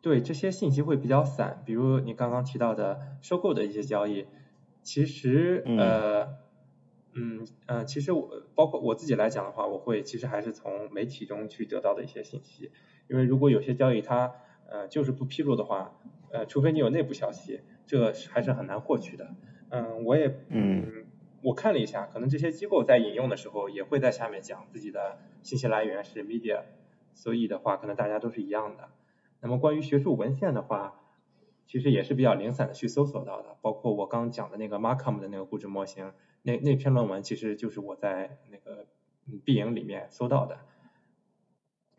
[SPEAKER 5] 对这些信息会比较散，比如你刚刚提到的收购的一些交易，其实
[SPEAKER 4] 嗯
[SPEAKER 5] 呃，嗯呃，其实我包括我自己来讲的话，我会其实还是从媒体中去得到的一些信息，因为如果有些交易它呃就是不披露的话，呃，除非你有内部消息，这是还是很难获取的。嗯，我也
[SPEAKER 4] 嗯
[SPEAKER 5] 我看了一下，可能这些机构在引用的时候也会在下面讲自己的信息来源是 media，所以的话可能大家都是一样的。那么关于学术文献的话，其实也是比较零散的去搜索到的，包括我刚讲的那个 Markham 的那个估值模型，那那篇论文其实就是我在那个嗯必营里面搜到的。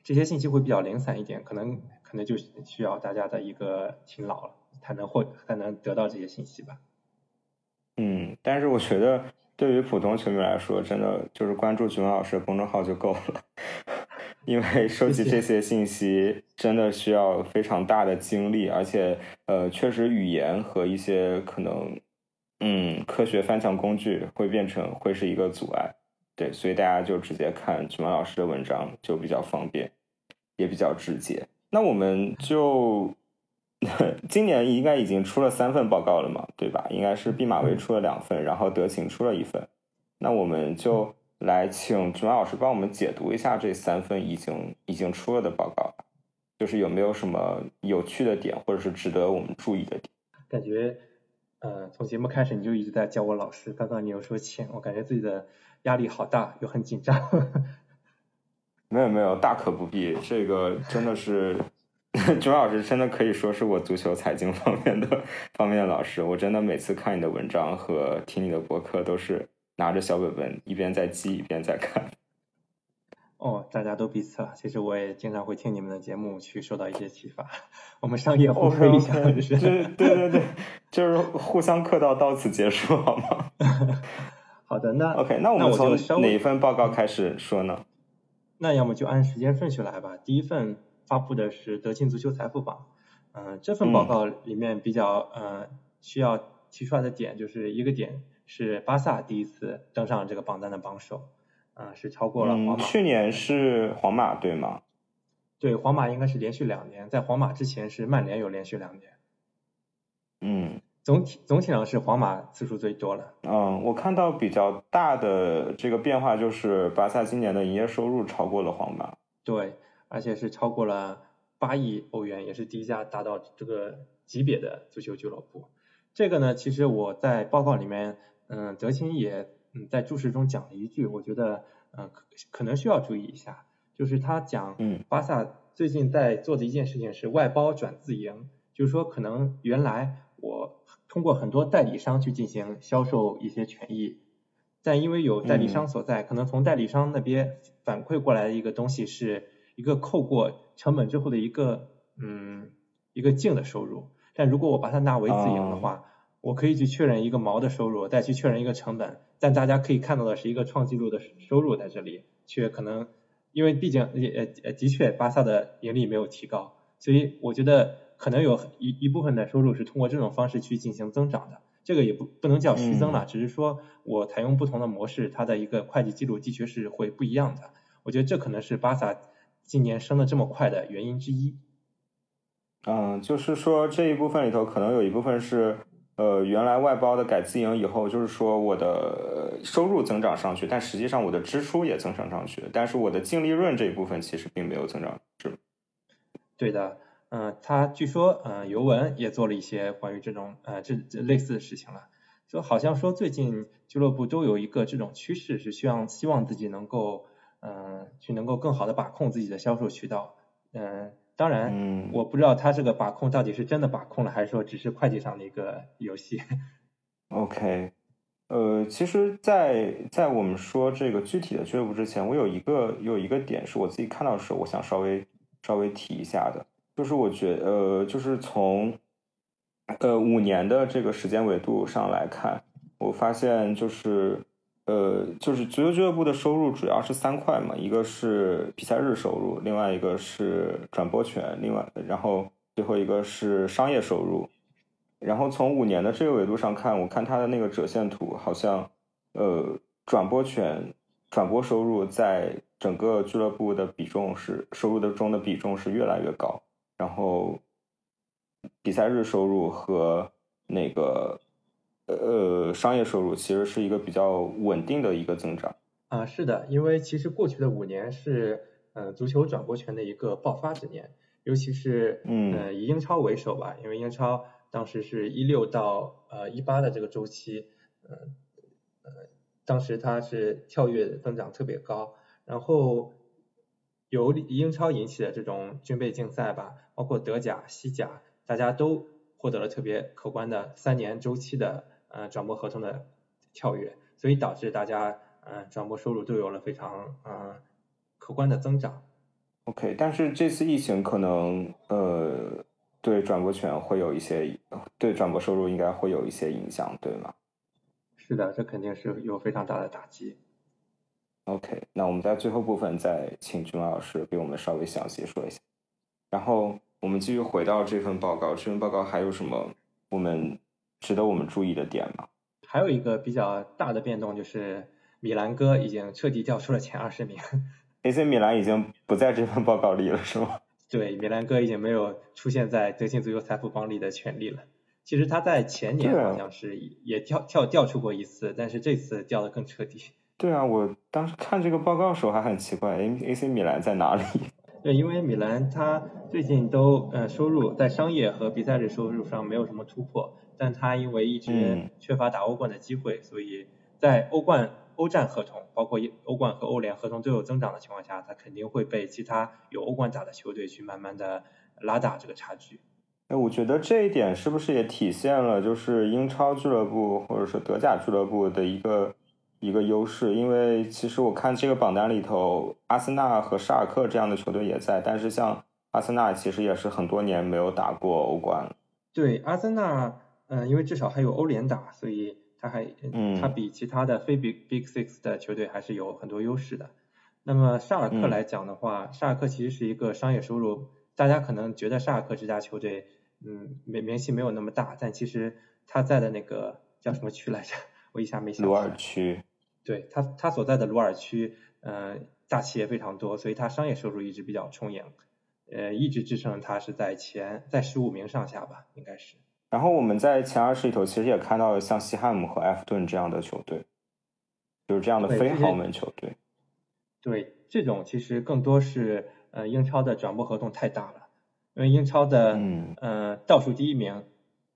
[SPEAKER 5] 这些信息会比较零散一点，可能可能就需要大家的一个勤劳了，才能获才能得到这些信息吧。
[SPEAKER 4] 嗯，但是我觉得对于普通球迷来说，真的就是关注熊老师的公众号就够了， 因为收集
[SPEAKER 5] 谢
[SPEAKER 4] 这
[SPEAKER 5] 谢
[SPEAKER 4] 些信息真的需要非常大的精力，而且呃，确实语言和一些可能嗯科学翻墙工具会变成会是一个阻碍，对，所以大家就直接看熊老师的文章就比较方便，也比较直接。那我们就今年应该已经出了三份报告了嘛，对吧？应该是毕马威出了两份，然后德勤出了一份。那我们就来请朱老师帮我们解读一下这三份已经已经出了的报告，就是有没有什么有趣的点，或者是值得我们注意的点？
[SPEAKER 5] 感觉，呃，从节目开始你就一直在叫我老师，刚刚你又说浅，我感觉自己的压力好大，又很紧张。
[SPEAKER 4] 没有没有，大可不必。这个真的是 朱老师，真的可以说是我足球财经方面的方面的老师。我真的每次看你的文章和听你的博客，都是拿着小本本一边在记一边在看。
[SPEAKER 5] 哦，大家都彼此了。其实我也经常会听你们的节目，去受到一些启发。 我们商业互吹一下，
[SPEAKER 4] 这哦对
[SPEAKER 5] 就是。
[SPEAKER 4] 对对，就是互相客套，到此结束好吗
[SPEAKER 5] 好的，那
[SPEAKER 4] ？OK，那我
[SPEAKER 5] 那
[SPEAKER 4] 们
[SPEAKER 5] 我就稍
[SPEAKER 4] 从哪一
[SPEAKER 5] 微，
[SPEAKER 4] 份报告开始说呢？
[SPEAKER 5] 那要么就按时间顺序来吧。第一份发布的是德勤足球财富榜，嗯、这份报
[SPEAKER 4] 嗯
[SPEAKER 5] 告里面比较呃需要提出来的点就是一个点是巴萨第一次登上这个榜单的榜首，嗯、是超过了皇马。
[SPEAKER 4] 嗯，去年是皇马对吗？
[SPEAKER 5] 对，皇马应该是连续两年，在皇马之前是曼联有连续两年。
[SPEAKER 4] 嗯
[SPEAKER 5] 总体总体上是皇马次数最多了。
[SPEAKER 4] 嗯，我看到比较大的这个变化就是巴萨今年的营业收入超过了皇马。
[SPEAKER 5] 对，而且是超过了八亿欧元，也是第一家达到这个级别的足球俱乐部。这个呢，其实我在报告里面，嗯，德勤也嗯在注释中讲了一句，我觉得嗯可可能需要注意一下，就是他讲，
[SPEAKER 4] 嗯，
[SPEAKER 5] 巴萨最近在做的一件事情是外包转自营，就是说可能原来我通过很多代理商去进行销售一些权益，但因为有代理商所在，可能从代理商那边反馈过来的一个东西是一个扣过成本之后的一个嗯一个净的收入。但如果我把它纳为自营的
[SPEAKER 4] 哦
[SPEAKER 5] 话，我可以去确认一个毛的收入，再去确认一个成本，但大家可以看到的是一个创纪录的收入在这里，却可能因为毕竟呃呃的确巴萨的盈利没有提高，所以我觉得可能有一一部分的收入是通过这种方式去进行增长的。这个也不不能叫虚增了，只是说我采用不同的模式，它的一个会计记录的确是会不一样的。我觉得这可能是巴萨今年升的这么快的原因之一。
[SPEAKER 4] 嗯，就是说这一部分里头可能有一部分是，呃，原来外包的改自营以后，就是说我的呃收入增长上去，但实际上我的支出也增长上去，但是我的净利润这一部分其实并没有增长，是吗？
[SPEAKER 5] 对的，嗯、他据说，嗯、尤文也做了一些关于这种，呃，这这类似的事情了。说好像说最近俱乐部都有一个这种趋势，是希望希望自己能够，嗯、去能够更好的把控自己的销售渠道。嗯、当然，
[SPEAKER 4] 嗯
[SPEAKER 5] 我不知道他这个把控到底是真的把控了，还是说只是会计上的一个游戏。
[SPEAKER 4] OK，呃，其实在，在我们说这个具体的俱乐部之前，我有一个有一个点是我自己看到的时候，我想稍微稍微提一下的，就是我觉呃，就是从呃五年的这个时间维度上来看，我发现就是呃，就是足球俱乐部的收入主要是三块嘛，一个是比赛日收入，另外一个是转播权，另外然后最后一个是商业收入。然后从五年的这个维度上看，我看它的那个折线图，好像呃转播权、转播收入在整个俱乐部的比重是收入的中的比重是越来越高，然后比赛日收入和那个呃商业收入其实是一个比较稳定的一个增长。
[SPEAKER 5] 啊，是的，因为其实过去的五年是呃足球转播权的一个爆发之年，尤其是
[SPEAKER 4] 嗯
[SPEAKER 5] 呃以英超为首吧，因为英超当时是一六到呃一八的这个周期，呃呃当时它是跳跃增长特别高，然后由英超引起的这种军备竞赛吧，包括德甲、西甲，大家都获得了特别可观的三年周期的呃转播合同的跳跃，所以导致大家呃转播收入都有了非常呃可观的增长。
[SPEAKER 4] OK，但是这次疫情可能呃对转播权会有一些对转播收入应该会有一些影响，对吗？
[SPEAKER 5] 是的，这肯定是有非常大的打击。
[SPEAKER 4] OK，那我们在最后部分再请君老师给我们稍微详细说一下。然后我们继续回到这份报告，这份报告还有什么我们值得我们注意的点吗？
[SPEAKER 5] 还有一个比较大的变动就是米兰哥已经彻底掉出了前二十名。
[SPEAKER 4] AC 米兰已经不在这份报告里了，是吗？
[SPEAKER 5] 对，米兰哥已经没有出现在德信足球财富榜里的权利了。其实他在前年
[SPEAKER 4] 对啊
[SPEAKER 5] 好像是也跳跳掉出过一次，但是这次掉的更彻底。
[SPEAKER 4] 对啊，我当时看这个报告的时候还很奇怪诶，AC 米兰在哪里？
[SPEAKER 5] 对，因为米兰它最近都呃收入在商业和比赛日收入上没有什么突破，但它因为一直
[SPEAKER 4] 嗯
[SPEAKER 5] 缺乏打欧冠的机会，所以在欧冠、欧战合同，包括欧冠和欧联合同都有增长的情况下，它肯定会被其他有欧冠打的球队去慢慢的拉大这个差距。
[SPEAKER 4] 哎，我觉得这一点是不是也体现了就是英超俱乐部或者说德甲俱乐部的一个一个优势？因为其实我看这个榜单里头，阿森纳和沙尔克这样的球队也在，但是像阿森纳其实也是很多年没有打过欧冠了。
[SPEAKER 5] 对，阿森纳，嗯、因为至少还有欧联打，所以他还，呃
[SPEAKER 4] 嗯
[SPEAKER 5] 他比其他的非 Big Big Six 的球队还是有很多优势的。那么沙尔克
[SPEAKER 4] 嗯
[SPEAKER 5] 来讲的话，沙尔克其实是一个商业收入，大家可能觉得沙尔克这家球队，嗯，名名气没有那么大，但其实他在的那个叫什么区来着？我一下没想
[SPEAKER 4] 鲁
[SPEAKER 5] 起
[SPEAKER 4] 尔
[SPEAKER 5] 来
[SPEAKER 4] 区，
[SPEAKER 5] 对他，他所在的鲁尔区，呃，大企业非常多，所以它商业收入一直比较充盈，呃，一直支撑它是在前在十五名上下吧，应该是。
[SPEAKER 4] 然后我们在前二十里头其实也看到了像西汉姆和埃弗顿这样的球队，就是这样的
[SPEAKER 5] 对
[SPEAKER 4] 非
[SPEAKER 5] 这些
[SPEAKER 4] 豪门球队。
[SPEAKER 5] 对，这种其实更多是呃英超的转播合同太大了，因为英超的
[SPEAKER 4] 嗯
[SPEAKER 5] 呃倒数第一名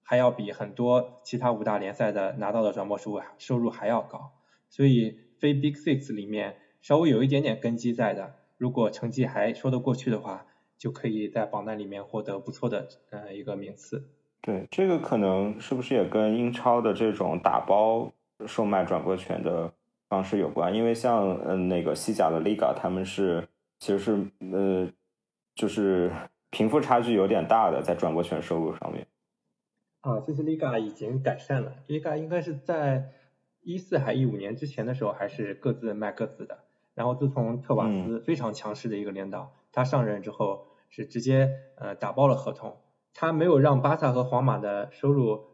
[SPEAKER 5] 还要比很多其他五大联赛的拿到的转播收入收入还要高，所以非 Big Six 里面稍微有一点点根基在的，如果成绩还说得过去的话，就可以在榜单里面获得不错的呃一个名次。
[SPEAKER 4] 对，这个可能是不是也跟英超的这种打包售卖转播权的方式有关？因为像嗯、呃那个西甲的 Liga，他们是其实是呃就是 贫富差距有点大的，在转播权收入上面。
[SPEAKER 5] 啊，这次 Liga 已经改善了。Liga 应该是在一四还一五年之前的时候，还是各自卖各自的。然后自从特瓦斯非常强势的一个领导，他上任之后是直接呃打爆了合同，他没有让巴萨和皇马的收入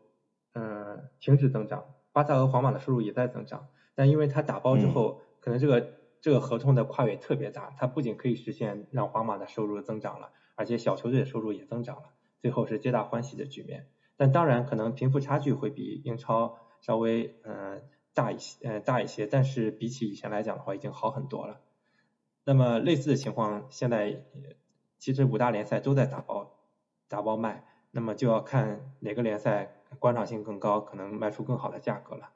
[SPEAKER 5] 嗯、呃停止增长，巴萨和皇马的收入也在增长，但因为他打包之后，可能这个这个合同的跨越特别大，他不仅可以实现让皇马的收入增长了，而且小球队的收入也增长了，最后是皆大欢喜的局面。但当然，可能贫富差距会比英超稍微呃大一些，呃大一些，但是比起以前来讲的话，已经好很多了。那么类似的情况，现在呃其实五大联赛都在打包打包卖，那么就要看哪个联赛观赏性更高，可能卖出更好的价格了。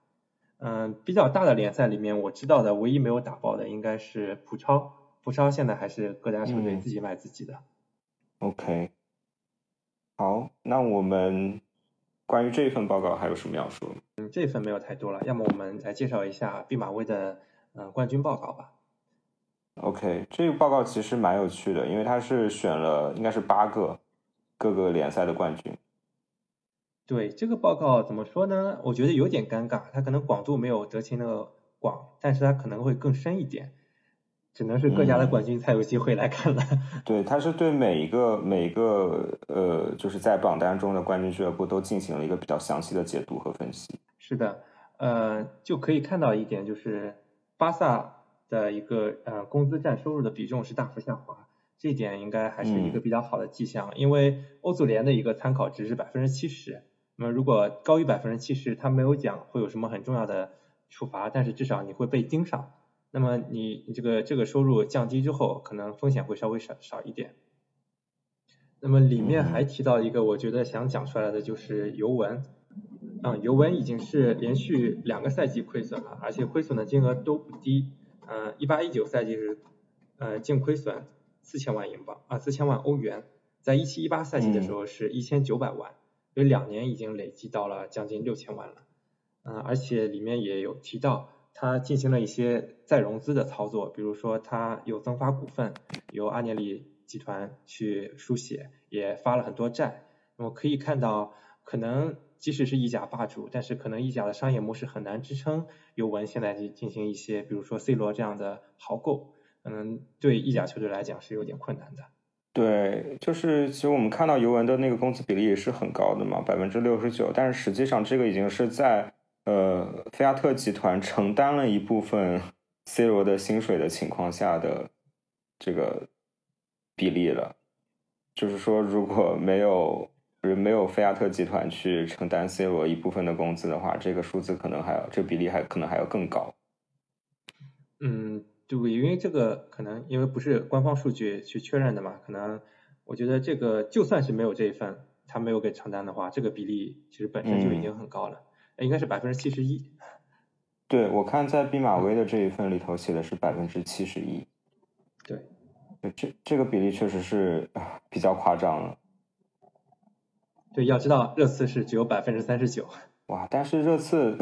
[SPEAKER 5] 嗯，比较大的联赛里面，我知道的唯一没有打包的应该是葡超，葡超现在还是各家球队
[SPEAKER 4] 嗯
[SPEAKER 5] 自己卖自己的。
[SPEAKER 4] OK，好，那我们关于这份报告还有什么要说吗？
[SPEAKER 5] 这份没有太多了，要么我们来介绍一下毕马威的嗯、呃冠军报告吧。
[SPEAKER 4] OK，这个报告其实蛮有趣的，因为它是选了应该是八个各个联赛的冠军。
[SPEAKER 5] 对这个报告怎么说呢？我觉得有点尴尬，它可能广度没有德勤那个广，但是它可能会更深一点，只能是各家的冠军才有机会来看了。
[SPEAKER 4] 对，它是对每一个每一个呃，就是在榜单中的冠军俱乐部都进行了一个比较详细的解读和分析。
[SPEAKER 5] 是的，呃，就可以看到一点，就是巴萨的一个呃工资占收入的比重是大幅下滑，这一点应该还是一个
[SPEAKER 4] 嗯
[SPEAKER 5] 比较好的迹象，因为欧足联的一个参考值是百分之七十，那么如果高于百分之七十，他没有讲会有什么很重要的处罚，但是至少你会被盯上。那么你你这个这个收入降低之后，可能风险会稍微少少一点。那么里面还提到一个，我觉得想讲出来的就是尤文，嗯，尤文已经是连续两个赛季亏损了，而且亏损的金额都不低。嗯，一八一九赛季是呃净亏损四千万英镑啊，四千万欧元，在一七一八赛季的时候是一千九百万，所以两年已经累计到了将近六千万了。嗯，而且里面也有提到，他进行了一些再融资的操作，比如说他有增发股份，由阿涅里集团去输血，也发了很多债。那么可以看到，可能即使是意甲霸主，但是可能意甲的商业模式很难支撑尤文现在进进行一些，比如说 C 罗这样的豪购，嗯，对意甲球队来讲是有点困难的。
[SPEAKER 4] 对，就是其实我们看到尤文的那个工资比例也是很高的嘛，百分之六十九，但是实际上这个已经是在呃菲亚特集团承担了一部分 C 罗的薪水的情况下的这个比例了。就是说，如果没有没有菲亚特集团去承担 C 罗一部分的工资的话，这个数字可能还要这比例还可能还要更高。
[SPEAKER 5] 嗯，对，因为这个可能因为不是官方数据去确认的嘛，可能我觉得这个就算是没有这一份，他没有给承担的话，这个比例其实本身就已经很高了，呃应该是百分之七十一。
[SPEAKER 4] 对我看在毕马威的这一份里头写的是百分之七十一。
[SPEAKER 5] 对，
[SPEAKER 4] 对这这个比例确实是啊比较夸张了，
[SPEAKER 5] 对，要知道热刺是只有百分之三十九。
[SPEAKER 4] 哇！但是热刺，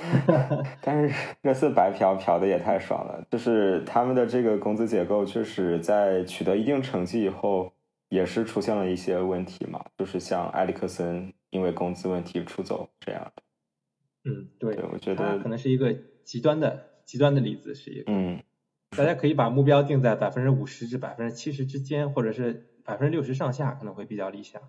[SPEAKER 4] 但是热刺白嫖嫖的也太爽了，就是他们的这个工资结构确实在取得一定成绩以后，也是出现了一些问题嘛，就是像埃里克森因为工资问题出走这样。
[SPEAKER 5] 嗯，对
[SPEAKER 4] 对，，我觉
[SPEAKER 5] 它
[SPEAKER 4] 得
[SPEAKER 5] 可，能是一个极端的极端的例子，是一个
[SPEAKER 4] 嗯，
[SPEAKER 5] 大家可以把目标定在百分之五十至百分之七十之间，或者是百分之六十上下，可能会比较理想。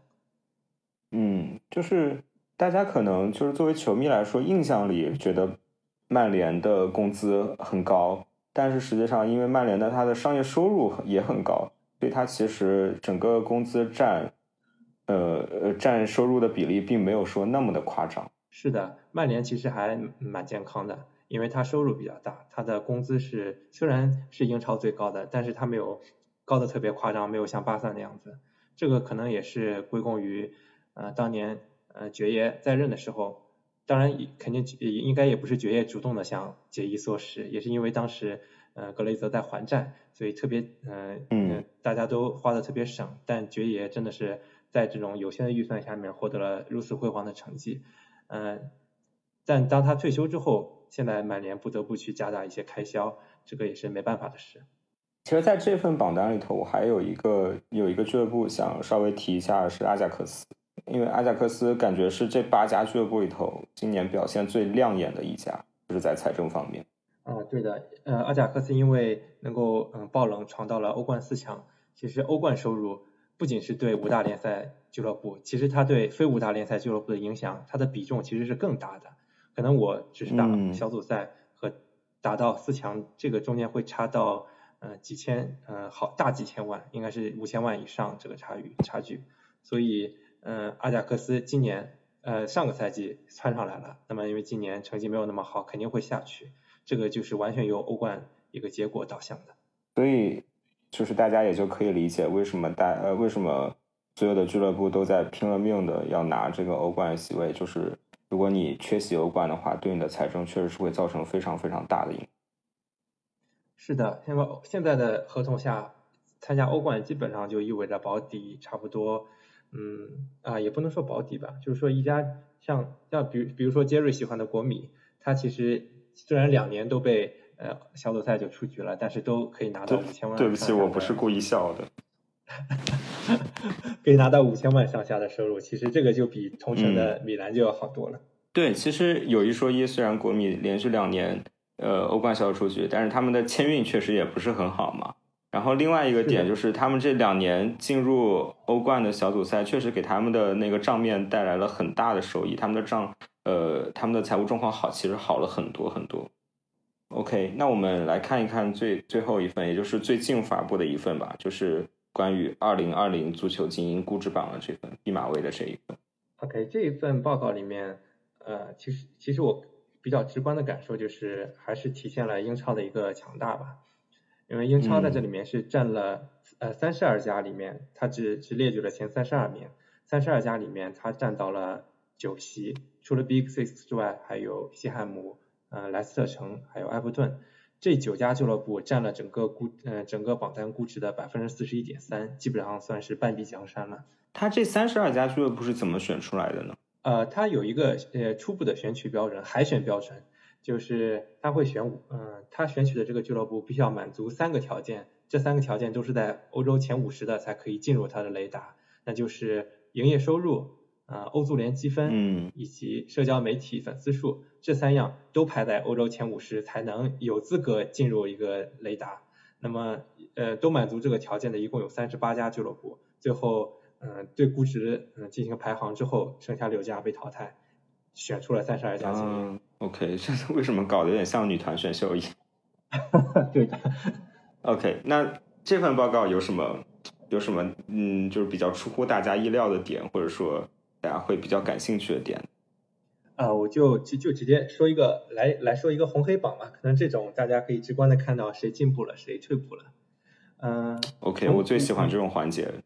[SPEAKER 4] 嗯，就是大家可能就是作为球迷来说，印象里觉得曼联的工资很高，但是实际上因为曼联的它的商业收入很也很高，所以它其实整个工资占呃呃占收入的比例并没有说那么的夸张。嗯
[SPEAKER 5] 是的，曼联其实还蛮健康的，因为它收入比较大，它的工资是虽然是英超最高的，但是它没有高的特别夸张，没有像巴萨那样子。这个可能也是归功于呃当年呃爵爷在任的时候，当然也肯定也应该也不是爵爷主动的想节衣缩食，也是因为当时呃格雷泽在还债，所以特别呃
[SPEAKER 4] 嗯
[SPEAKER 5] 呃大家都花的特别省，但爵爷真的是在这种有限的预算下面获得了如此辉煌的成绩。嗯，但当他退休之后，现在曼联不得不去加大一些开销，这个也是没办法的事。
[SPEAKER 4] 其实，在这份榜单里头，我还有一个有一个俱乐部想稍微提一下是阿贾克斯，因为阿贾克斯感觉是这八家俱乐部里头今年表现最亮眼的一家，就是在财政方面。
[SPEAKER 5] 啊、对的，呃，阿贾克斯因为能够嗯、呃爆冷闯到了欧冠四强，其实欧冠收入不仅是对五大联赛俱乐部，其实它对非五大联赛俱乐部的影响，它的比重其实是更大的。可能我只是打
[SPEAKER 4] 嗯
[SPEAKER 5] 小组赛和打到四强，这个中间会差到呃几千，呃好大几千万，应该是五千万以上这个差距差距。所以，嗯、阿贾克斯今年呃上个赛季窜上来了，那么因为今年成绩没有那么好，肯定会下去。这个就是完全由欧冠一个结果导向的。
[SPEAKER 4] 所以就是大家也就可以理解为什么大呃为什么所有的俱乐部都在拼了命的要拿这个欧冠席位，就是如果你缺席欧冠的话，对你的财政确实是会造成非常非常大的影响。
[SPEAKER 5] 是的，那么现在的合同下，参加欧冠基本上就意味着保底，差不多，嗯啊，也不能说保底吧，就是说一家像像比如比如说杰瑞喜欢的国米，他其实虽然两年都被呃小组赛就出局了，但是都可以拿到五千万。
[SPEAKER 4] 对不起，我不是故意笑的。
[SPEAKER 5] 可以拿到五千万上下的收入，其实这个就比同城的
[SPEAKER 4] 嗯
[SPEAKER 5] 米兰就要好多了。
[SPEAKER 4] 对，其实有一说一，虽然国米连续两年呃欧冠小组出局，但是他们的签运确实也不是很好嘛。然后另外一个点
[SPEAKER 5] 是的
[SPEAKER 4] 就是，他们这两年进入欧冠的小组赛，确实给他们的那个账面带来了很大的收益，他们的账呃他们的财务状况好，其实好了很多很多。OK，那我们来看一看最最后一份，也就是最近发布的一份吧，就是关于二零二零足球精英估值榜的这份毕马威的这一份。
[SPEAKER 5] OK，这一份报告里面，呃，其实其实我比较直观的感受就是，还是体现了英超的一个强大吧。因为英超在这里面是占了、呃三十二家里面，它只只列举了前三十二名，三十二家里面它占到了九席，除了 Big Six 之外，还有西汉姆、呃莱斯特城，还有埃弗顿，这九家俱乐部占了整个估呃整个榜单估值的百分之四十一点三，基本上算是半壁江山了。
[SPEAKER 4] 他这三十二家俱乐部是怎么选出来的呢？
[SPEAKER 5] 呃，它有一个呃初步的选取标准，海选标准，就是它会选五，嗯，它选取的这个俱乐部必须要满足三个条件，这三个条件都是在欧洲前五十的才可以进入它的雷达，那就是营业收入，呃，欧足联积分，
[SPEAKER 4] 嗯
[SPEAKER 5] 以及社交媒体粉丝数，这三样都排在欧洲前五十才能有资格进入一个雷达。那么，呃，都满足这个条件的一共有三十八家俱乐部，最后，嗯、对估值嗯、呃进行排行之后，剩下六家被淘汰，选出了三十二家精英。
[SPEAKER 4] 啊，OK，这是为什么搞得有点像女团选秀一样
[SPEAKER 5] 对的，
[SPEAKER 4] ？OK，那这份报告有什么有什么嗯，就是比较出乎大家意料的点，或者说大家会比较感兴趣的点？
[SPEAKER 5] 啊，我就直就直接说一个来来说一个红黑榜吧，可能这种大家可以直观的看到谁进步了，谁退步了。嗯、
[SPEAKER 4] OK，
[SPEAKER 5] 嗯
[SPEAKER 4] 我最喜欢这种环节了。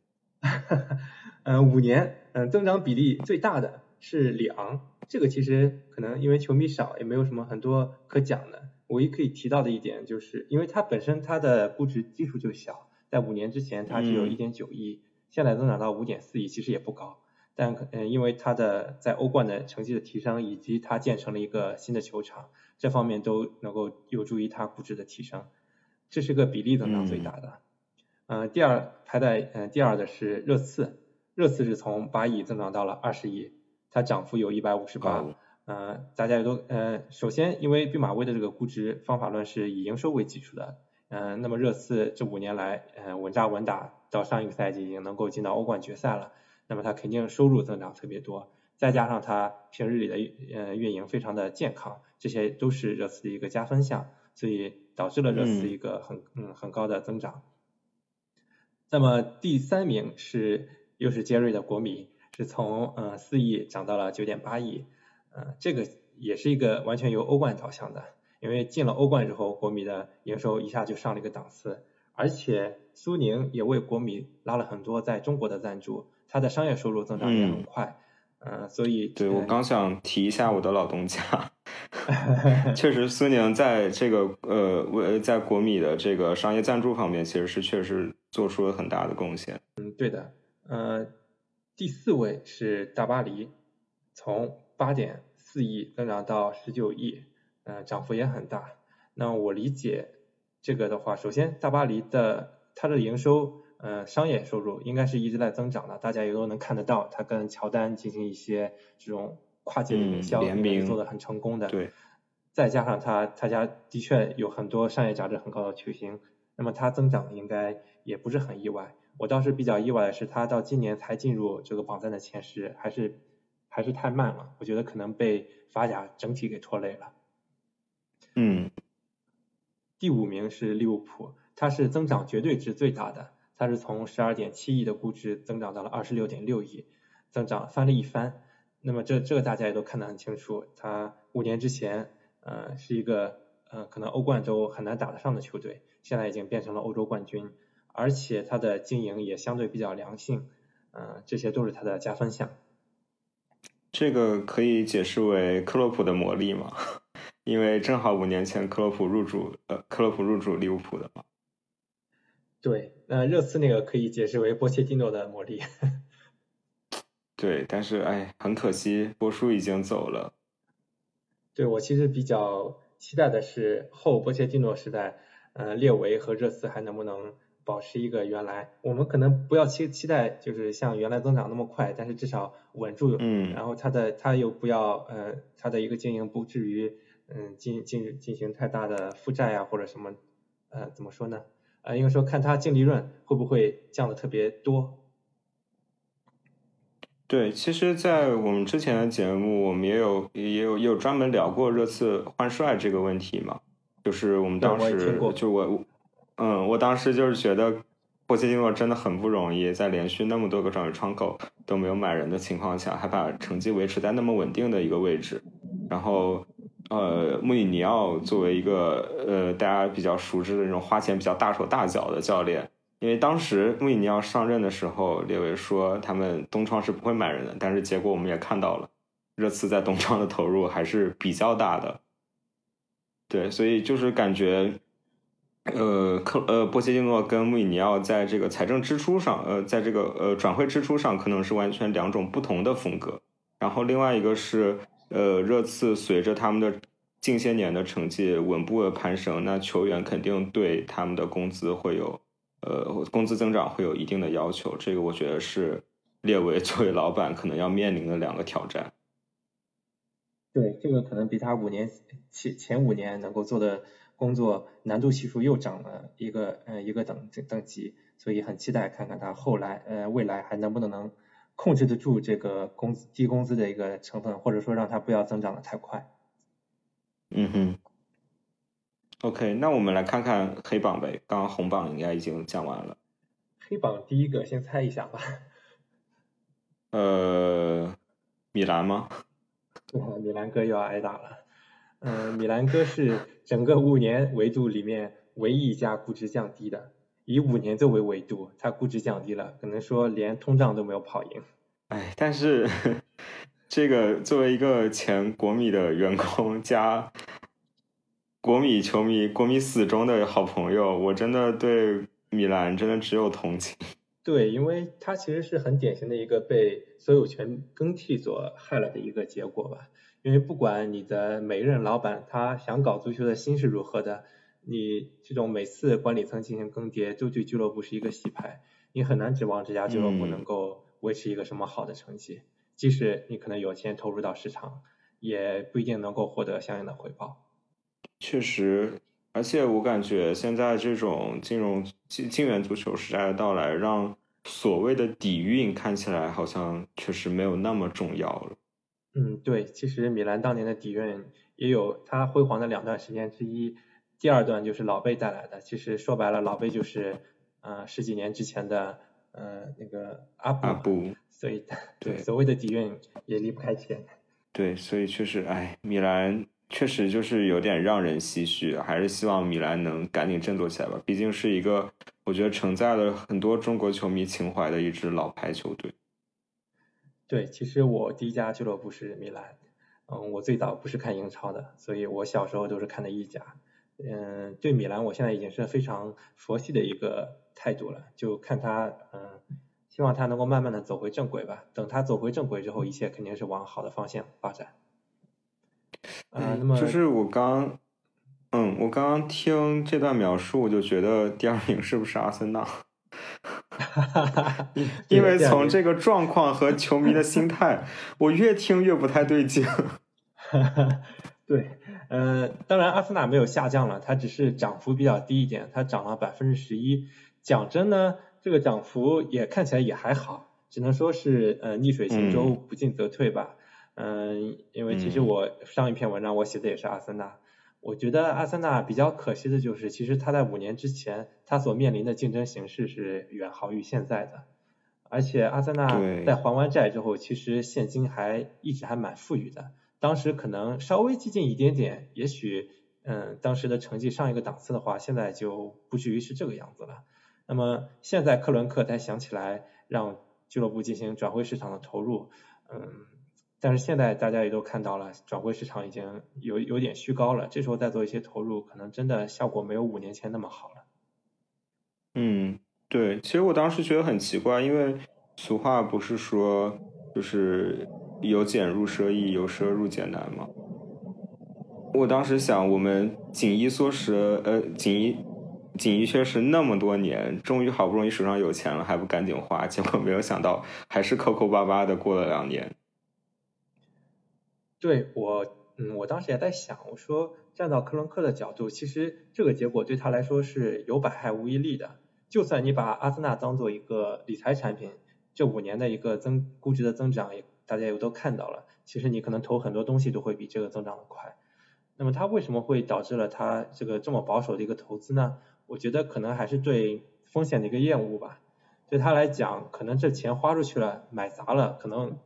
[SPEAKER 5] 呃，五年，嗯、增长比例最大的是里昂。这个其实可能因为球迷少，也没有什么很多可讲的。唯一可以提到的一点，就是因为它本身它的估值基数就小，在五年之前它只有
[SPEAKER 4] 嗯
[SPEAKER 5] 一点九亿，现在增长到五点四亿，其实也不高。但嗯、呃因为它的在欧冠的成绩的提升，以及它建成了一个新的球场，这方面都能够有助于它估值的提升。这是个比例增长最大的。呃，第二排在呃第二的是热刺，热刺是从八亿增长到了二十亿，它涨幅有一百五十八
[SPEAKER 4] 哦。
[SPEAKER 5] 呃，大家也都呃，首先因为毕马威的这个估值方法论是以营收为基础的，嗯、那么热刺这五年来，呃，稳扎稳打，到上一个赛季已经能够进到欧冠决赛了，那么它肯定收入增长特别多，再加上它平日里的呃运营非常的健康，这些都是热刺的一个加分项，所以导致了热刺
[SPEAKER 4] 嗯
[SPEAKER 5] 一个很嗯很高的增长。那么第三名是又是杰瑞的国米，是从呃四亿涨到了九点八亿，呃，这个也是一个完全由欧冠导向的，因为进了欧冠之后，国米的营收一下就上了一个档次，而且苏宁也为国米拉了很多在中国的赞助，它的商业收入增长也很
[SPEAKER 4] 嗯
[SPEAKER 5] 快，呃，所以
[SPEAKER 4] 对我
[SPEAKER 5] 呃
[SPEAKER 4] 刚想提一下我的老东家，确实苏宁在这个呃为在国米的这个商业赞助方面，其实是确实做出了很大的贡献。
[SPEAKER 5] 对的，呃，第四位是大巴黎，从八点四亿增长到十九亿，呃，涨幅也很大。那我理解这个的话，首先大巴黎的它的营收，呃，商业收入应该是一直在增长的，大家也都能看得到，它跟乔丹进行一些这种跨界的营
[SPEAKER 4] 嗯
[SPEAKER 5] 销，
[SPEAKER 4] 联
[SPEAKER 5] 应该是
[SPEAKER 4] 名
[SPEAKER 5] 做的很成功的。
[SPEAKER 4] 对，
[SPEAKER 5] 再加上他他家的确有很多商业价值很高的球星，那么他增长应该也不是很意外。我倒是比较意外的是，他到今年才进入这个榜单的前十，还是还是太慢了。我觉得可能被法甲整体给拖累了。
[SPEAKER 4] 嗯，
[SPEAKER 5] 第五名是利物浦，它是增长绝对值最大的，它是从十二点七亿的估值增长到了二十六点六亿，增长翻了一番。那么这这个大家也都看得很清楚，它五年之前，呃，是一个呃可能欧冠都很难打得上的球队，现在已经变成了欧洲冠军，而且它的经营也相对比较良性，呃，这些都是它的加分项。
[SPEAKER 4] 这个可以解释为克洛普的魔力嘛？ 因为正好五年前克洛普入主呃克洛普入主利物浦的嘛。
[SPEAKER 5] 对，那热刺那个可以解释为波切蒂诺的魔力。
[SPEAKER 4] 对，但是哎，很可惜，波叔已经走了。
[SPEAKER 5] 对我其实比较期待的是后波切蒂诺时代，呃，列维和热刺还能不能保持一个原来？我们可能不要期期待就是像原来增长那么快，但是至少稳住。
[SPEAKER 4] 嗯
[SPEAKER 5] 然后他的他又不要呃他的一个经营不至于嗯进进进行太大的负债啊或者什么呃怎么说呢？呃，应该说看他净利润会不会降的特别多。
[SPEAKER 4] 对，其实，在我们之前的节目，我们也有也有也有专门聊过热刺换帅这个问题嘛，就是我们
[SPEAKER 5] 对
[SPEAKER 4] 当
[SPEAKER 5] 我也
[SPEAKER 4] 时
[SPEAKER 5] 听过
[SPEAKER 4] 就我，我嗯，我当时就是觉得波切蒂诺真的很不容易，在连续那么多个转会窗口都没有买人的情况下，还把成绩维持在那么稳定的一个位置，然后。呃，穆里尼奥作为一个呃大家比较熟知的那种花钱比较大手大脚的教练，因为当时穆里尼奥上任的时候，列维说他们东窗是不会买人的，但是结果我们也看到了，热刺在东窗的投入还是比较大的。对，所以就是感觉，呃，克呃波切蒂诺跟穆里尼奥在这个财政支出上，呃，在这个呃转会支出上，可能是完全两种不同的风格。然后另外一个是，呃，热刺随着他们的近些年的成绩稳步的攀升，那球员肯定对他们的工资会有，呃，工资增长会有一定的要求。这个我觉得是列维作为老板可能要面临的两个挑战。
[SPEAKER 5] 对，这个可能比他五年前前五年能够做的工作难度系数又涨了一个呃一个等等级，所以很期待看看他后来呃未来还能不能能控制得住这个工资低工资的一个成分，或者说让它不要增长的太快。
[SPEAKER 4] 嗯哼。OK，那我们来看看黑榜呗。刚刚红榜应该已经讲完了。
[SPEAKER 5] 黑榜第一个先猜一下吧，
[SPEAKER 4] 呃，米兰吗？
[SPEAKER 5] 啊米兰哥又要挨打了。嗯、米兰哥是整个五年维度里面唯一一家估值降低的，以五年作为维度，它估值降低了，可能说连通胀都没有跑赢。
[SPEAKER 4] 哎，但是这个作为一个前国米的员工 加国米球迷、国米死忠的好朋友，我真的对米兰真的只有同情。
[SPEAKER 5] 对，因为它其实是很典型的一个被所有权更替所害了的一个结果吧。因为不管你的每任老板他想搞足球的心是如何的，你这种每次管理层进行更迭，都对俱乐部是一个洗牌，你很难指望这家俱乐部
[SPEAKER 4] 嗯
[SPEAKER 5] 能够维持一个什么好的成绩。即使你可能有钱投入到市场，也不一定能够获得相应的回报。
[SPEAKER 4] 确实，而且我感觉现在这种金融金金元足球时代的到来，让所谓的底蕴看起来好像确实没有那么重要了。
[SPEAKER 5] 嗯，对，其实米兰当年的底蕴也有它辉煌的两段时间之一，第二段就是老贝带来的。其实说白了，老贝就是呃十几年之前的呃那个阿布
[SPEAKER 4] 阿
[SPEAKER 5] 嘛，
[SPEAKER 4] 布，
[SPEAKER 5] 所以
[SPEAKER 4] 对
[SPEAKER 5] 所谓的底蕴也离不开钱。
[SPEAKER 4] 对，所以确实，哎，米兰确实就是有点让人唏嘘，还是希望米兰能赶紧振作起来吧。毕竟是一个我觉得承载了很多中国球迷情怀的一支老牌球队。
[SPEAKER 5] 对，其实我第一家俱乐部是米兰，嗯，我最早不是看英超的，所以我小时候都是看的意甲。嗯，对米兰，我现在已经是非常佛系的一个态度了，就看他，嗯，希望他能够慢慢的走回正轨吧。等他走回正轨之后，一切肯定是往好的方向发展。呃，那么
[SPEAKER 4] 就是我刚，嗯，我刚刚听这段描述，我就觉得第二名是不是阿森纳？因为从这个状 况和球迷的心态，我越听越不太对劲。
[SPEAKER 5] 对，呃，当然阿森纳没有下降了，它只是涨幅比较低一点，它涨了百分之十一。讲真呢，这个涨幅也看起来也还好，只能说是呃逆水行舟，
[SPEAKER 4] 嗯
[SPEAKER 5] 不进则退吧。嗯、因为其实
[SPEAKER 4] 嗯
[SPEAKER 5] 我上一篇文章我写的也是阿森纳，我觉得阿森纳比较可惜的就是，其实他在五年之前，他所面临的竞争形势是远好于现在的。而且阿森纳
[SPEAKER 4] 对
[SPEAKER 5] 在还完债之后，其实现金还一直还蛮富裕的。当时可能稍微激进一点点，也许嗯当时的成绩上一个档次的话，现在就不至于是这个样子了。那么现在克伦克才想起来让俱乐部进行转会市场的投入，嗯，但是现在大家也都看到了，转会市场已经有有点虚高了，这时候再做一些投入，可能真的效果没有五年前那么好了。
[SPEAKER 4] 嗯，对，其实我当时觉得很奇怪，因为俗话不是说就是由俭入奢易，由奢入俭难嘛。我当时想，我们紧衣缩食，呃，紧衣紧衣缺食那么多年，终于好不容易手上有钱了，还不赶紧花？结果没有想到，还是抠抠巴巴的过了两年。
[SPEAKER 5] 对我，嗯，我当时也在想，我说站到克伦克的角度，其实这个结果对他来说是有百害无一利的。就算你把阿森纳当做一个理财产品，这五年的一个增估值的增长也，大家也都看到了，其实你可能投很多东西都会比这个增长的快。那么它为什么会导致了它这个这么保守的一个投资呢？我觉得可能还是对风险的一个厌恶吧。对他来讲，可能这钱花出去了，买砸了，可能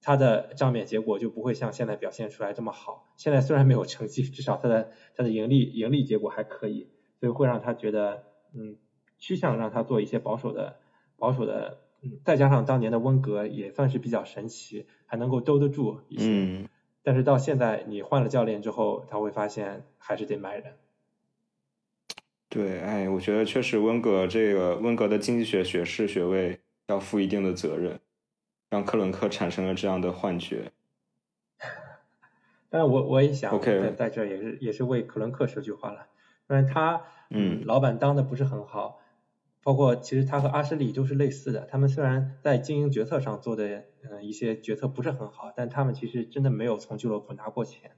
[SPEAKER 5] 他的账面结果就不会像现在表现出来这么好。现在虽然没有成绩，至少他的他的盈利盈利结果还可以，所以会让他觉得，嗯，趋向让他做一些保守的保守的，嗯，再加上当年的温格也算是比较神奇，还能够兜得住一些。
[SPEAKER 4] 嗯，
[SPEAKER 5] 但是到现在你换了教练之后，他会发现还是得买人。
[SPEAKER 4] 对，哎，我觉得确实温格这个温格的经济学学士学位要负一定的责任，让克伦克产生了这样的幻觉。
[SPEAKER 5] 但是我我也想
[SPEAKER 4] OK
[SPEAKER 5] 在在这儿也是也是为克伦克说句话了。但是他
[SPEAKER 4] 嗯
[SPEAKER 5] 老板当的不是很好，包括其实他和阿什利都是类似的。他们虽然在经营决策上做的嗯、呃一些决策不是很好，但他们其实真的没有从俱乐部拿过钱。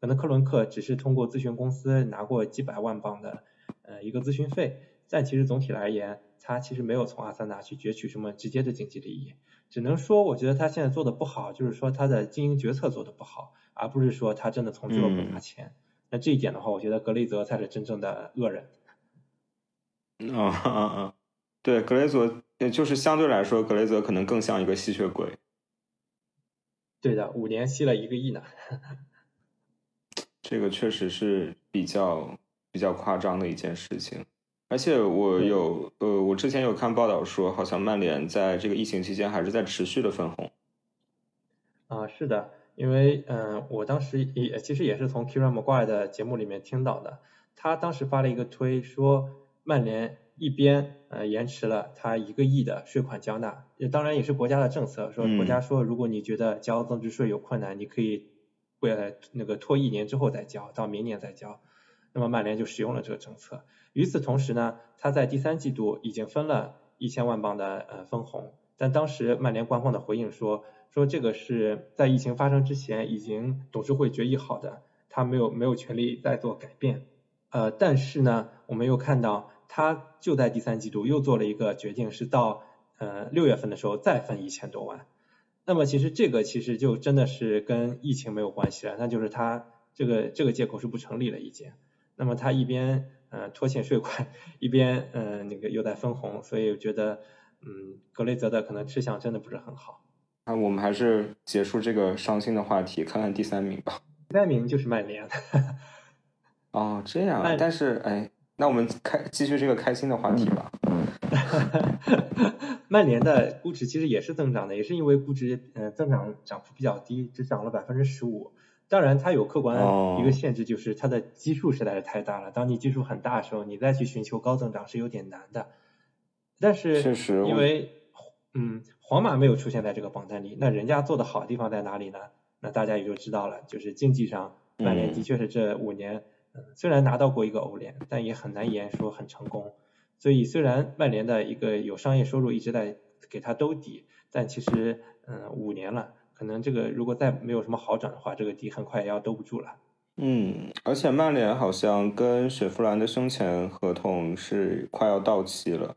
[SPEAKER 5] 可能克伦克只是通过咨询公司拿过几百万镑的呃一个咨询费，但其实总体来言，他其实没有从阿森纳去攫取什么直接的经济利益。只能说，我觉得他现在做的不好，就是说他的经营决策做的不好，而不是说他真的从俱乐部拿钱。那这一点的话，我觉得格雷泽才是真正的恶人。
[SPEAKER 4] 啊啊啊！ 对，格雷泽，呃就是相对来说，格雷泽可能更像一个吸血鬼。
[SPEAKER 5] 对的，五年吸了一个亿呢。
[SPEAKER 4] 这个确实是比较比较夸张的一件事情。而且我有呃，我之前有看报道说，好像曼联在这个疫情期间还是在持续的分红。
[SPEAKER 5] 啊，是的，因为嗯、呃我当时也其实也是从 Kieran Maguire 的节目里面听到的，他当时发了一个推说，曼联一边呃延迟了他一个亿的税款交纳，也当然也是国家的政策，说国家说如果你觉得交增值税有困难，你可以未来那个拖一年之后再交，到明年再交。那么曼联就使用了这个政策。与此同时呢，他在第三季度已经分了一千万镑的呃分红，但当时曼联官方的回应说，说这个是在疫情发生之前已经董事会决议好的，他没有没有权利再做改变。呃，但是呢，我们又看到他就在第三季度又做了一个决定，是到呃六月份的时候再分一千多万。那么其实这个其实就真的是跟疫情没有关系了，那就是他这个这个借口是不成立了已经。那么他一边呃拖欠税款，一边嗯、呃那个又在分红，所以我觉得嗯格雷泽的可能吃相真的不是很好。
[SPEAKER 4] 那啊我们还是结束这个伤心的话题，看看第三名吧。
[SPEAKER 5] 第三名就是曼联，
[SPEAKER 4] 哦，这样啊
[SPEAKER 5] 那，
[SPEAKER 4] 但是哎，那我们开继续这个开心的话题吧。
[SPEAKER 5] 曼联的估值其实也是增长的，也是因为估值呃增长涨幅比较低，只涨了百分之十五。当然，它有客
[SPEAKER 4] 哦
[SPEAKER 5] 观一个限制，就是它的基数实在是太大了。当你基数很大的时候，你再去寻求高增长是有点难的。但是，
[SPEAKER 4] 确实我
[SPEAKER 5] 因为嗯，皇马没有出现在这个榜单里，那人家做的好的地方在哪里呢？那大家也就知道了，就是竞技上，曼联
[SPEAKER 4] 嗯
[SPEAKER 5] 的确是这五年、嗯虽然拿到过一个欧联，但也很难言说很成功。所以虽然曼联的一个有商业收入一直在给它兜底，但其实嗯五年了，可能这个如果再没有什么好转的话，这个底很快也要兜不住了。
[SPEAKER 4] 嗯，而且曼联好像跟雪佛兰的生前合同是快要到期了，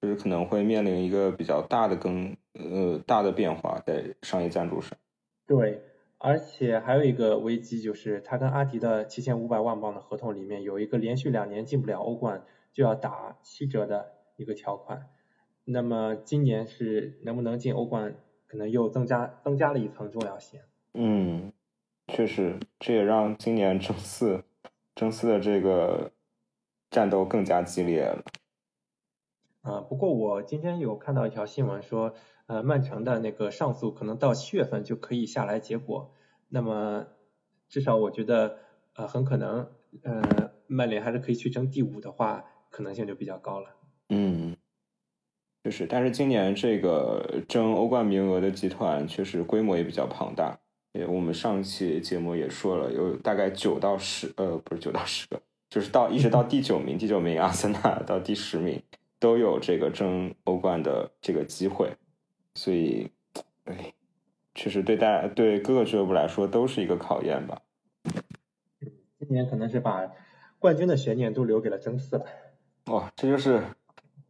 [SPEAKER 4] 就是可能会面临一个比较大的更呃大的变化在商业赞助上。
[SPEAKER 5] 对，而且还有一个危机就是，他跟阿迪的七千五百万镑的合同里面有一个连续两年进不了欧冠就要打七折的一个条款。那么今年是能不能进欧冠，可能又增加增加了一层重要性。
[SPEAKER 4] 嗯，确实，这也让今年 争四争四的这个战斗更加激烈了。
[SPEAKER 5] 呃，不过我今天有看到一条新闻说，呃，曼城的那个上诉可能到七月份就可以下来结果。那么，至少我觉得，呃，很可能，呃，曼联还是可以去争第五的话，可能性就比较高了。
[SPEAKER 4] 嗯，就是，但是今年这个争欧冠名额的集团确实规模也比较庞大。也我们上期节目也说了，有大概九到十，呃，不是九到十个，就是到一直到第九名，第九名阿森纳到第十名都有这个争欧冠的这个机会，所以，哎，确实对大对各个俱乐部来说都是一个考验吧。
[SPEAKER 5] 今年可能是把冠军的悬念都留给了争四了。
[SPEAKER 4] 哇，这就是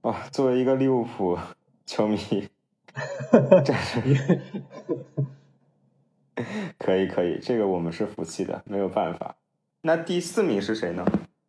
[SPEAKER 4] 哇，作为一个利物浦球迷，这是可以可以，这个我们是服气的，没有办法。那第四名是谁呢？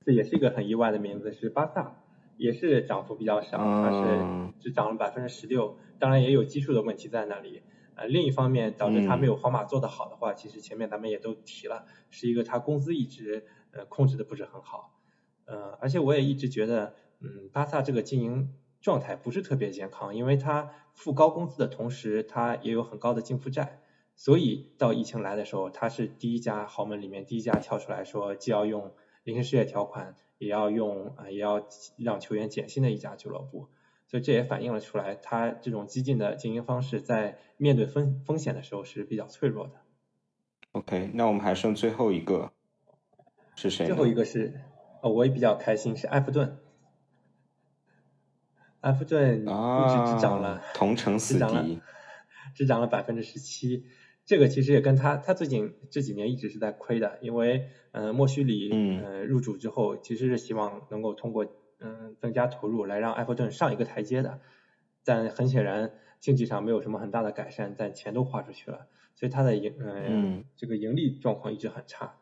[SPEAKER 5] 这也是一个很意外的名字，是巴萨，也是涨幅比较少，它
[SPEAKER 4] 嗯
[SPEAKER 5] 是只涨了百分之十六，当然也有基数的问题在那里。呃，另一方面，导致它没有皇马做得好的话，其实前面咱们也都提了，是一个它工资一直呃控制的不是很好，呃，而且我也一直觉得，嗯，巴萨这个经营状态不是特别健康，因为它付高工资的同时，它也有很高的净负债，所以到疫情来的时候，它是第一家豪门里面第一家跳出来说，既要用临时失业条款，也要用啊、呃也要让球员减薪的一家俱乐部。所以这也反映了出来，它这种激进的经营方式在面对风风险的时候是比较脆弱的。
[SPEAKER 4] OK，那我们还剩最后一个是谁呢？
[SPEAKER 5] 最后一个是，呃，我也比较开心，是埃弗顿。埃弗顿一直只涨了、
[SPEAKER 4] 啊，同城死
[SPEAKER 5] 只涨了
[SPEAKER 4] 敌。，
[SPEAKER 5] 只涨了百分之十七。这个其实也跟他他最近这几年一直是在亏的，因为呃莫须里
[SPEAKER 4] 嗯
[SPEAKER 5] 呃入主之后，其实是希望能够通过嗯、增加投入来让埃弗顿上一个台阶的，但很显然经济上没有什么很大的改善，但钱都花出去了，所以他的盈、呃、
[SPEAKER 4] 嗯
[SPEAKER 5] 这个盈利状况一直很差。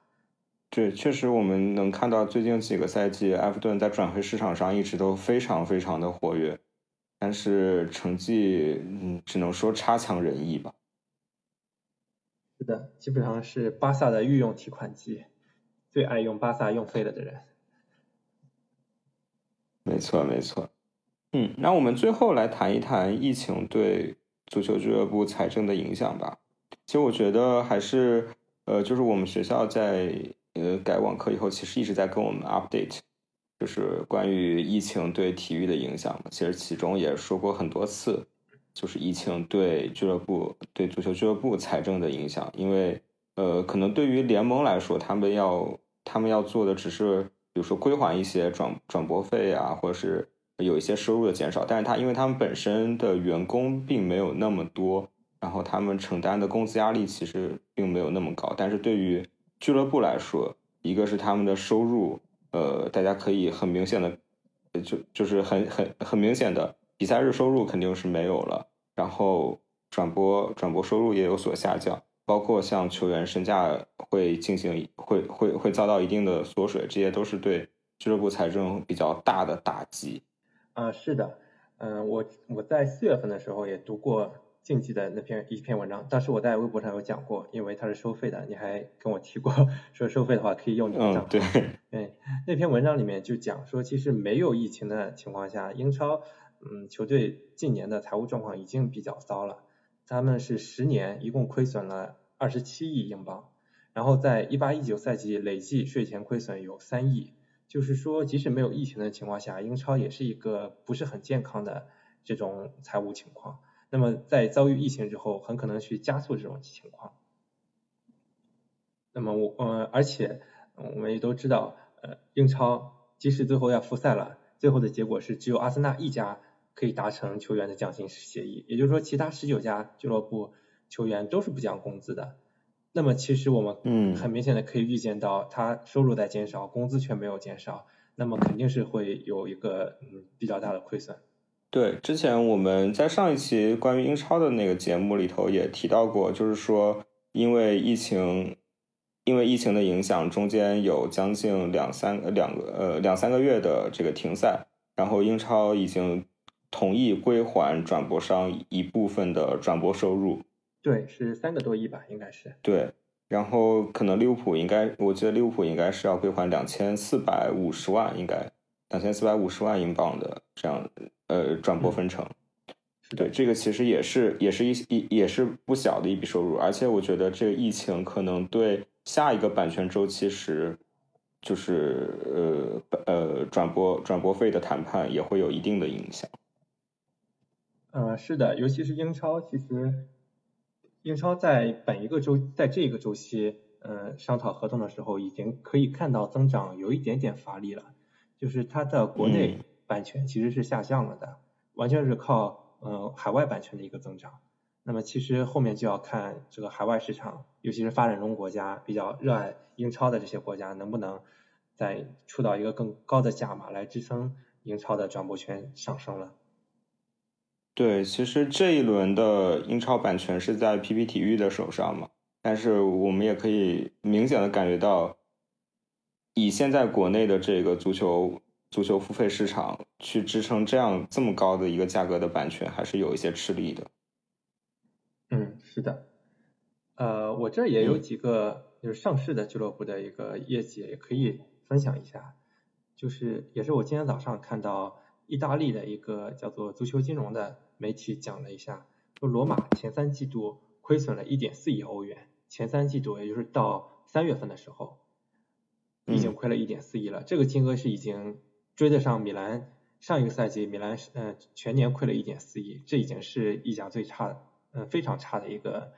[SPEAKER 4] 对，确实我们能看到最近几个赛季，埃弗顿在转会市场上一直都非常非常的活跃，但是成绩嗯，只能说差强人意吧。
[SPEAKER 5] 是的，基本上是巴萨的御用提款机，最爱用巴萨用废了的人。
[SPEAKER 4] 没错，没错。嗯，那我们最后来谈一谈疫情对足球俱乐部财政的影响吧。其实我觉得还是，呃，就是我们学校在呃改网课以后，其实一直在跟我们 update，就是关于疫情对体育的影响嘛。其实其中也说过很多次，就是疫情对俱乐部、对足球俱乐部财政的影响，因为呃，可能对于联盟来说，他们要他们要做的只是，比如说归还一些转转播费啊，或者是有一些收入的减少，但是他因为他们本身的员工并没有那么多，然后他们承担的工资压力其实并没有那么高，但是对于俱乐部来说，一个是他们的收入，呃，大家可以很明显的，呃就就是很很很明显的比赛日收入肯定是没有了，然后转播转播收入也有所下降，包括像球员身价会进行会会会遭到一定的缩水，这些都是对俱乐部财政比较大的打击。
[SPEAKER 5] 啊，是的，嗯，我我在四月份的时候也读过竞技的那篇一篇文章，当时我在微博上有讲过，因为它是收费的，你还跟我提过 说收费的话可以用你的账
[SPEAKER 4] 嗯
[SPEAKER 5] 号，。
[SPEAKER 4] 对，
[SPEAKER 5] 对，那篇文章里面就讲说，其实没有疫情的情况下，英超嗯球队近年的财务状况已经比较糟了，他们是十年一共亏损了二十七亿英镑，然后在一八一九赛季累计税前亏损有三亿，就是说即使没有疫情的情况下，英超也是一个不是很健康的这种财务情况。那么在遭遇疫情之后，很可能去加速这种情况。那么我呃，而且呃我们也都知道，呃，英超即使最后要复赛了，最后的结果是只有阿森纳一家可以达成球员的降薪协议，也就是说，其他十九家俱乐部球员都是不讲工资的。那么其实我们
[SPEAKER 4] 嗯
[SPEAKER 5] 很明显的可以预见到，他收入在减少，工资却没有减少，那么肯定是会有一个嗯比较大的亏损。
[SPEAKER 4] 对，之前我们在上一期关于英超的那个节目里头也提到过，就是说因为疫情，因为疫情的影响，中间有将近两三呃两个呃两三个月的这个停赛，然后英超已经同意归还转播商一部分的转播收入。
[SPEAKER 5] 对，是三个多亿吧，应该是。
[SPEAKER 4] 对，然后可能利物浦应该，我记得利物浦应该是要归还两千四百五十万，应该两千四百五十万英镑的这样呃转播分成。
[SPEAKER 5] 是的
[SPEAKER 4] 对，这个其实也是也是一一也是不小的一笔收入，而且我觉得这个疫情可能对下一个版权周期时，就是呃呃转播转播费的谈判也会有一定的影响。
[SPEAKER 5] 嗯，是的，尤其是英超，其实英超在本一个周，在这个周期，嗯，商讨合同的时候，已经可以看到增长有一点点乏力了，就是它的国内
[SPEAKER 4] 嗯
[SPEAKER 5] 版权其实是下降了的，完全是靠嗯海外版权的一个增长。那么其实后面就要看这个海外市场，尤其是发展中国家比较热爱英超的这些国家，能不能再出到一个更高的价码来支撑英超的转播权上升了。
[SPEAKER 4] 对，其实这一轮的英超版权是在 PP 体育的手上嘛，但是我们也可以明显的感觉到，以现在国内的这个足球足球付费市场去支撑这样这么高的一个价格的版权，还是有一些吃力的。
[SPEAKER 5] 嗯，是的，呃，我这儿也有
[SPEAKER 4] 嗯
[SPEAKER 5] 几个就是上市的俱乐部的一个业绩，也可以分享一下。就是也是我今天早上看到意大利的一个叫做足球金融的媒体讲了一下，说罗马前三季度亏损了一点四亿欧元，前三季度也就是到三月份的时候，已经
[SPEAKER 4] 嗯
[SPEAKER 5] 亏了一点四亿了，这个金额是已经追得上米兰上一个赛季米兰是呃全年亏了一点四亿，这已经是意甲最差的，嗯、非常差的一个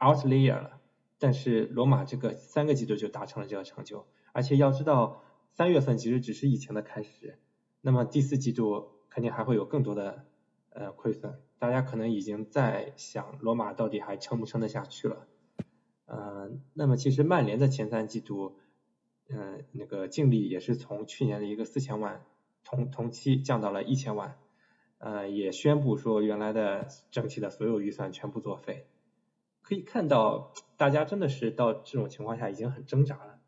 [SPEAKER 5] outlier 了。但是罗马这个三个季度就达成了这个成就，而且要知道三月份其实只是疫情的开始，那么第四季度肯定还会有更多的呃亏损，大家可能已经在想罗马到底还撑不撑得下去了。呃，那么其实曼联的前三季度，嗯、那个净利也是从去年的一个四千万同同期降到了一千万，呃，也宣布说原来的整体的所有预算全部作废。可以看到，大家真的是到这种情况下已经很挣扎了，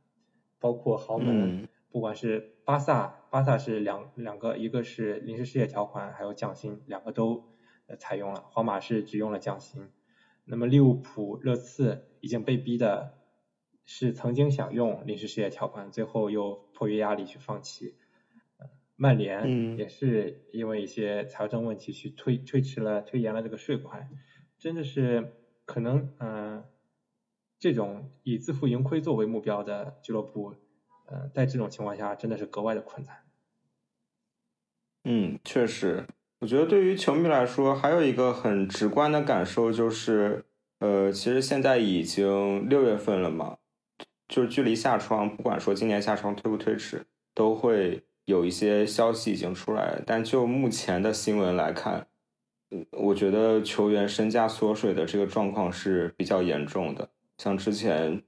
[SPEAKER 5] 包括豪门，
[SPEAKER 4] 嗯
[SPEAKER 5] 不管是巴萨，巴萨是两两个，一个是临时失业条款，还有降薪，两个都呃采用了，皇马是只用了降薪。那么利物浦、热刺已经被逼的是曾经想用临时失业条款，最后又迫于压力去放弃。呃曼联
[SPEAKER 4] 嗯
[SPEAKER 5] 也是因为一些财政问题去推推迟了、推延了这个税款，真的是可能，嗯、这种以自负盈亏作为目标的俱乐部，呃，在这种情况下真的是格外的困难。
[SPEAKER 4] 嗯，确实，我觉得对于球迷来说，还有一个很直观的感受就是，呃，其实现在已经六月份了嘛，就是距离下窗，不管说今年下窗推不推迟，都会有一些消息已经出来了。但就目前的新闻来看，嗯，我觉得球员身价缩水的这个状况是比较严重的。像之前，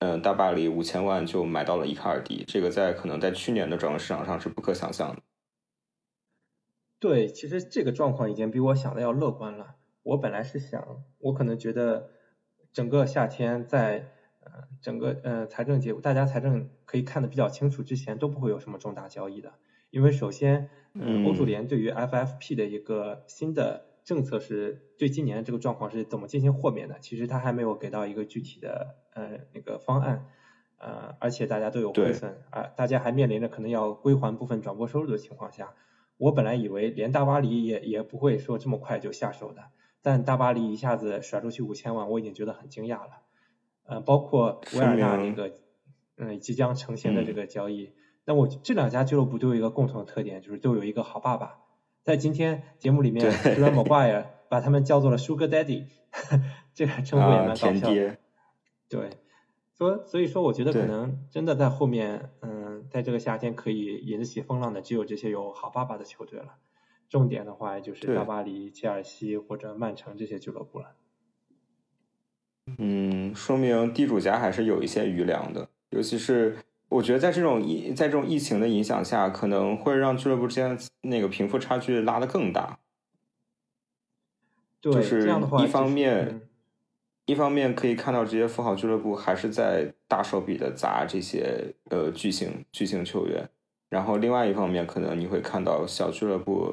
[SPEAKER 4] 嗯，大巴黎五千万就买到了伊卡尔迪，这个在可能在去年的转会市场上是不可想象的。
[SPEAKER 5] 对，其实这个状况已经比我想的要乐观了。我本来是想，我可能觉得整个夏天在呃整个呃财政结大家财政可以看得比较清楚之前都不会有什么重大交易的，因为首先，嗯、欧足
[SPEAKER 4] 嗯
[SPEAKER 5] 联对于 FFP 的一个新的政策是对今年这个状况是怎么进行豁免的，其实他还没有给到一个具体的呃那个方案，呃，而且大家都有亏
[SPEAKER 4] 对
[SPEAKER 5] 损啊、大家还面临着可能要归还部分转播收入的情况下。我本来以为连大巴黎也也不会说这么快就下手的，但大巴黎一下子甩出去五千万，我已经觉得很惊讶了。呃，包括维尔纳
[SPEAKER 4] 说
[SPEAKER 5] 那
[SPEAKER 4] 明
[SPEAKER 5] 个，嗯，即将成型的
[SPEAKER 4] 嗯
[SPEAKER 5] 这个交易，那我这两家俱乐部都有一个共同的特点，就是都有一个好爸爸。在今天节目里面，
[SPEAKER 4] 对
[SPEAKER 5] d r a m g u i r e 把他们叫做了 Sugar Daddy，这个称呼也蛮
[SPEAKER 4] 啊，
[SPEAKER 5] 搞
[SPEAKER 4] 甜
[SPEAKER 5] 笑的。
[SPEAKER 4] 爹，
[SPEAKER 5] 对，所所以说，我觉得可
[SPEAKER 4] 对
[SPEAKER 5] 能真的在后面，嗯，在这个夏天可以引起风浪的，只有这些有好爸爸的球队了。重点的话就是
[SPEAKER 4] 对
[SPEAKER 5] 大巴黎、切尔西或者曼城这些俱乐部了。
[SPEAKER 4] 嗯，说明地主家还是有一些余粮的，尤其是我觉得在这种疫在这种疫情的影响下，可能会让俱乐部之间的那个贫富差距拉得更大。
[SPEAKER 5] 对，
[SPEAKER 4] 就是
[SPEAKER 5] 这样的话，
[SPEAKER 4] 一方面
[SPEAKER 5] 嗯
[SPEAKER 4] 一方面可以看到这些富豪俱乐部还是在大手笔的砸这些呃巨星巨星球员，然后另外一方面可能你会看到小俱乐部，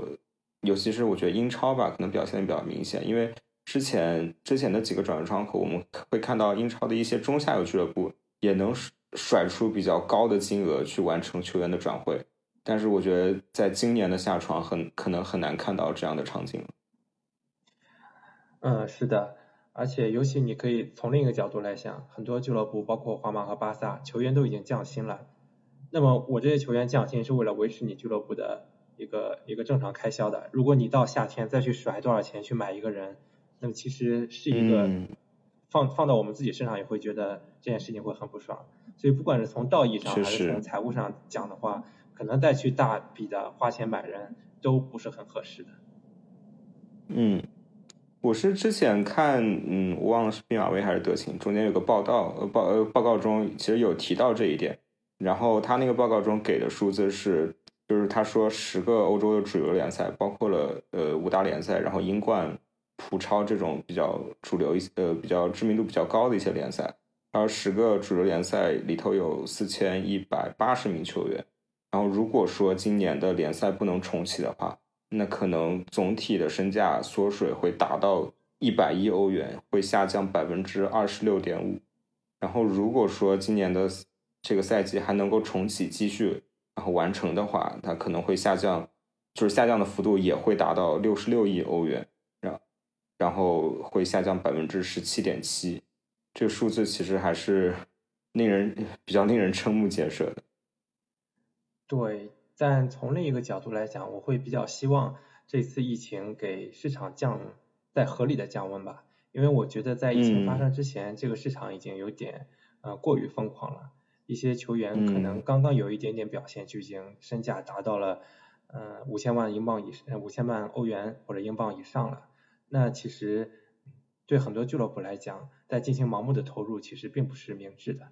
[SPEAKER 4] 尤其是我觉得英超吧，可能表现得比较明显，因为之前之前的几个转会窗口，我们会看到英超的一些中下游俱乐部也能甩甩出比较高的金额去完成球员的转会，但是我觉得在今年的下窗很可能很难看到这样的场景了。
[SPEAKER 5] 嗯，是的，而且尤其你可以从另一个角度来想，很多俱乐部，包括皇马和巴萨，球员都已经降薪了。那么我这些球员降薪是为了维持你俱乐部的一个一个正常开销的。如果你到夏天再去甩多少钱去买一个人，那么其实是一个
[SPEAKER 4] 嗯
[SPEAKER 5] 放放到我们自己身上也会觉得这件事情会很不爽。所以不管是从道义上
[SPEAKER 4] 确
[SPEAKER 5] 还是
[SPEAKER 4] 实
[SPEAKER 5] 从财务上讲的话，可能再去大笔的花钱买人都不是很合适的。
[SPEAKER 4] 嗯，我是之前看，嗯，我忘了是毕马威还是德勤，中间有个报道，呃报呃报告中其实有提到这一点。然后他那个报告中给的数字是，就是他说十个欧洲的主流联赛，包括了呃五大联赛，然后英冠、葡超这种比较主流一些呃比较知名度比较高的一些联赛，然后十个主流联赛里头有四千一百八十名球员。然后如果说今年的联赛不能重启的话，那可能总体的身价缩水会达到一百亿欧元，会下降百分之二十六点五。然后如果说今年的这个赛季还能够重启积蓄，然后完成的话，它可能会下降，就是下降的幅度也会达到六十六亿欧元，然然后会下降百分之十七点七。这个数字其实还是令人比较令人瞠目结舌的。
[SPEAKER 5] 对，但从另一个角度来讲，我会比较希望这次疫情给市场降在合理的降温吧，因为我觉得在疫情发
[SPEAKER 4] 嗯
[SPEAKER 5] 生之前，这个市场已经有点呃过于疯狂了，一些球员可能
[SPEAKER 4] 嗯
[SPEAKER 5] 刚刚有一点点表现，就已经身价达到了呃五千万英镑以呃五千万欧元或者英镑以上了。那其实对很多俱乐部来讲，在进行盲目的投入，其实并不是明智的。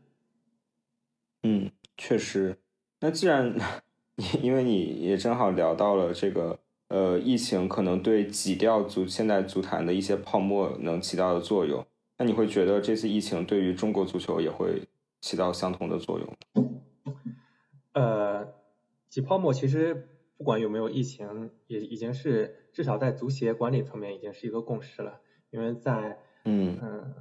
[SPEAKER 4] 嗯，确实。那既然 因为你也正好聊到了这个呃疫情可能对挤掉足现在足坛的一些泡沫能起到的作用，那你会觉得这次疫情对于中国足球也会起到相同的作用？
[SPEAKER 5] 呃，挤泡沫其实不管有没有疫情，也已经是至少在足协管理层面已经是一个共识了。因为在
[SPEAKER 4] 嗯
[SPEAKER 5] 嗯，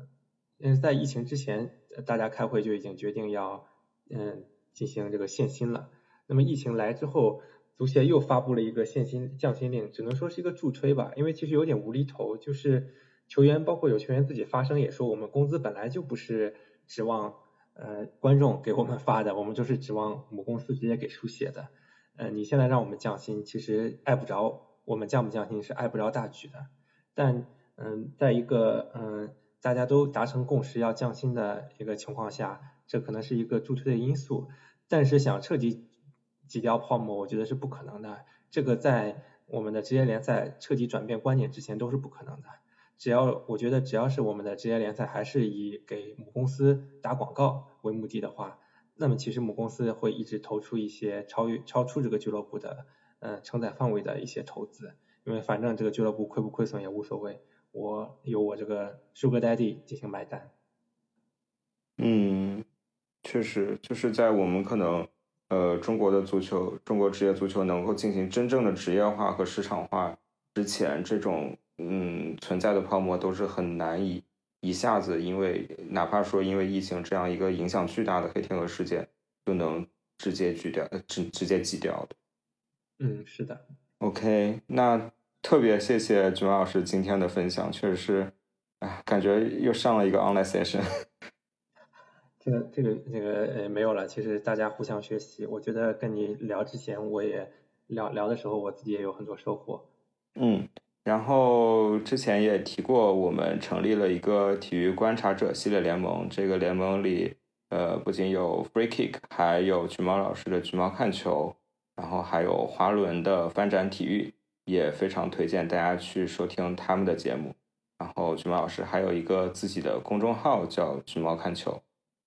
[SPEAKER 5] 因为在疫情之前，呃大家开会就已经决定要嗯进行这个限薪了。那么疫情来之后，足协又发布了一个限薪降薪令，只能说是一个助推吧，因为其实有点无厘头，就是球员包括有球员自己发声也说，我们工资本来就不是指望呃观众给我们发的，我们就是指望母公司直接给书写的。呃，你现在让我们降薪，其实碍不着我们降不降薪是碍不着大局的。但嗯，在一个嗯大家都达成共识要降薪的一个情况下，这可能是一个助推的因素。但是想彻底挤掉泡沫，我觉得是不可能的。这个在我们的职业联赛彻底转变观念之前都是不可能的。只要我觉得只要是我们的职业联赛还是以给母公司打广告为目的的话，那么其实母公司会一直投出一些超越超出这个俱乐部的呃承载范围的一些投资，因为反正这个俱乐部亏不亏损也无所谓，我有我这个 Sugar Daddy 进行买单。
[SPEAKER 4] 嗯，确实，就是在我们可能呃中国的足球，中国职业足球能够进行真正的职业化和市场化之前，这种嗯存在的泡沫都是很难以一下子因为哪怕说因为疫情这样一个影响巨大的黑天鹅事件，就能直接举掉，呃直直接挤掉的。
[SPEAKER 5] 嗯，是的，
[SPEAKER 4] OK，那特别谢谢君老师今天的分享，确实是，哎，感觉又上了一个 online session。
[SPEAKER 5] 这个这个这个呃没有了，其实大家互相学习，我觉得跟你聊之前我也聊聊的时候，我自己也有很多收获。
[SPEAKER 4] 嗯，然后之前也提过，我们成立了一个体育观察者系列联盟。这个联盟里，呃，不仅有 Free Kick，还有橘猫老师的橘猫看球，然后还有华伦的翻转体育，也非常推荐大家去收听他们的节目。然后橘猫老师还有一个自己的公众号叫“橘猫看球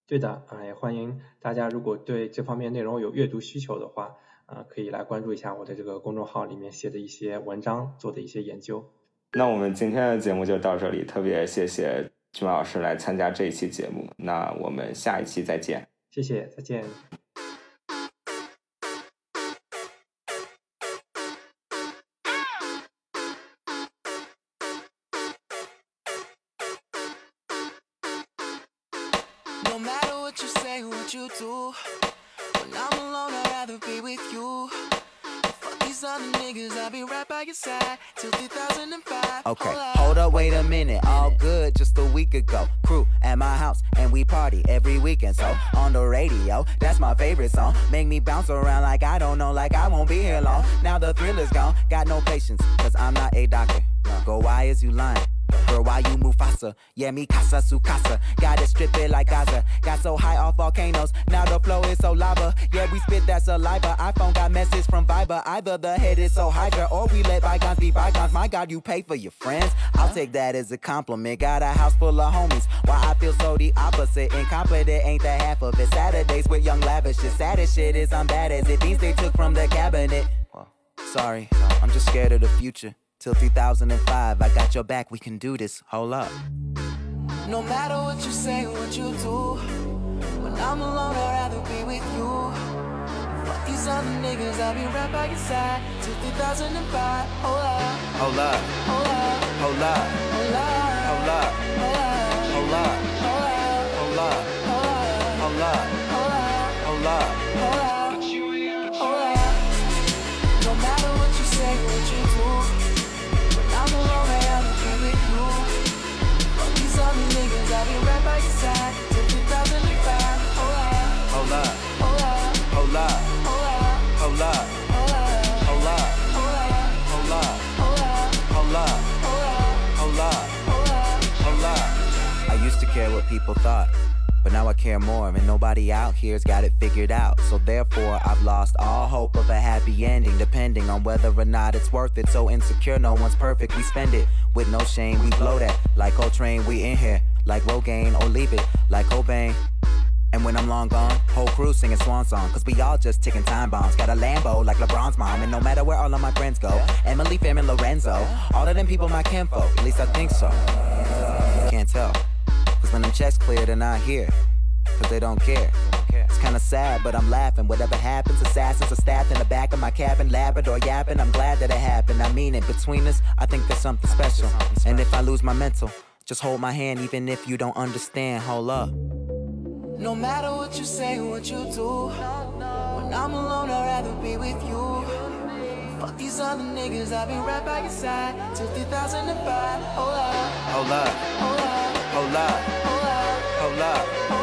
[SPEAKER 5] 对的，啊、也欢迎大家如果对这方面内容有阅读需求的话，啊、可以来关注一下我的这个公众号里面写的一些文章，做的一些研究。”。
[SPEAKER 4] 那我们今天的节目就到这里，特别谢谢橘猫老师来参加这一期节目。那我们下一期再见。
[SPEAKER 5] 谢谢，再见。
[SPEAKER 6] No matter what you say, what you do. When I'm alone, I'd rather be with you. Fuck these other niggas, I'll be right by your side till 2005.
[SPEAKER 7] Okay,
[SPEAKER 6] Hola.
[SPEAKER 7] hold up, wait a minute. All good just a week ago. Crew at my house, and we party every weekend. So on the radio, that's my favorite song. Make me bounce around like I don't know, like I won't be here long. Now the thrill is gone, got no patience, cause I'm not a doctor. Go, why is you lying? Girl, why you Mufasa? Yeah, me casa su casa. Gotta strip it like Gaza. Got so high off volcanoes, now the flow is so lava. Yeah, we spit that saliva. iPhone got message from Viber. Either the head is so hydra, or we let bygones be bygones. My God, you pay for your friends. I'll take that as a compliment. Got a house full of homies. Why I feel so the opposite. Incompetent ain't the half of it. Saturdays with young lavish. The saddest shit is I'm bad as it. Things they took from the cabinet. Sorry, I'm just scared of the future. Till 2005, I got your back, we can do this. Hold up.
[SPEAKER 6] No matter what you say, what you do. When I'm alone, I'd rather be with you. Fuck these other niggas, I'll be right by your side till 2005. Hola,
[SPEAKER 7] Hold up,
[SPEAKER 6] hola,
[SPEAKER 7] hold up,
[SPEAKER 6] hola,
[SPEAKER 7] hold up,
[SPEAKER 6] hola,
[SPEAKER 7] hold up,
[SPEAKER 6] hola,
[SPEAKER 7] hold up,
[SPEAKER 6] hola,
[SPEAKER 7] hold up,
[SPEAKER 6] hola.
[SPEAKER 7] hold up.
[SPEAKER 6] No matter what you say, what you do, when I'm alone, I have to be with you. Fuck these other niggas, I'll be right by your side till 2005. Hola,
[SPEAKER 7] Hold up,
[SPEAKER 6] hola,
[SPEAKER 7] hold up,
[SPEAKER 6] hola,
[SPEAKER 7] hold up,
[SPEAKER 6] hola,
[SPEAKER 7] hold up,
[SPEAKER 6] hola,
[SPEAKER 7] hold
[SPEAKER 6] hola,
[SPEAKER 7] up, hold
[SPEAKER 6] hola,
[SPEAKER 7] up, hold up.
[SPEAKER 6] hola.
[SPEAKER 7] I used to care what people thought, but now I care more, and nobody out here's got it figured out. So therefore, I've lost all hope of a happy ending, depending on whether or not it's worth it. So insecure, no one's perfect. We spend it with no shame. We blow that like Coltrane. We in here like Rogaine or leave it like Cobain. And when I'm long gone, whole crew singing swan song. Cause we all just ticking time bombs. Got a Lambo like LeBron's mom. And no matter where all of my friends go, Emily, Fam, and Lorenzo, all of them people my kinfolk. At least I think so. Can't tell. Cause when them checks clear, they're not here. Cause they don't care. It's kinda sad, but I'm laughing. Whatever happens, assassins are staffed in the back of my cabin. Labrador yapping, I'm glad that it happened. I mean it, between us, I think there's something special. And if I lose my mental, just hold my hand, even if you don't understand. Hold up.
[SPEAKER 6] No matter what you say, what you do. When I'm alone, I'd rather be with you. Fuck these other niggas, I'll be right by your side till 2005. Hola,
[SPEAKER 7] Hold up,
[SPEAKER 6] hola,
[SPEAKER 7] hold up,
[SPEAKER 6] hola,
[SPEAKER 7] hold up,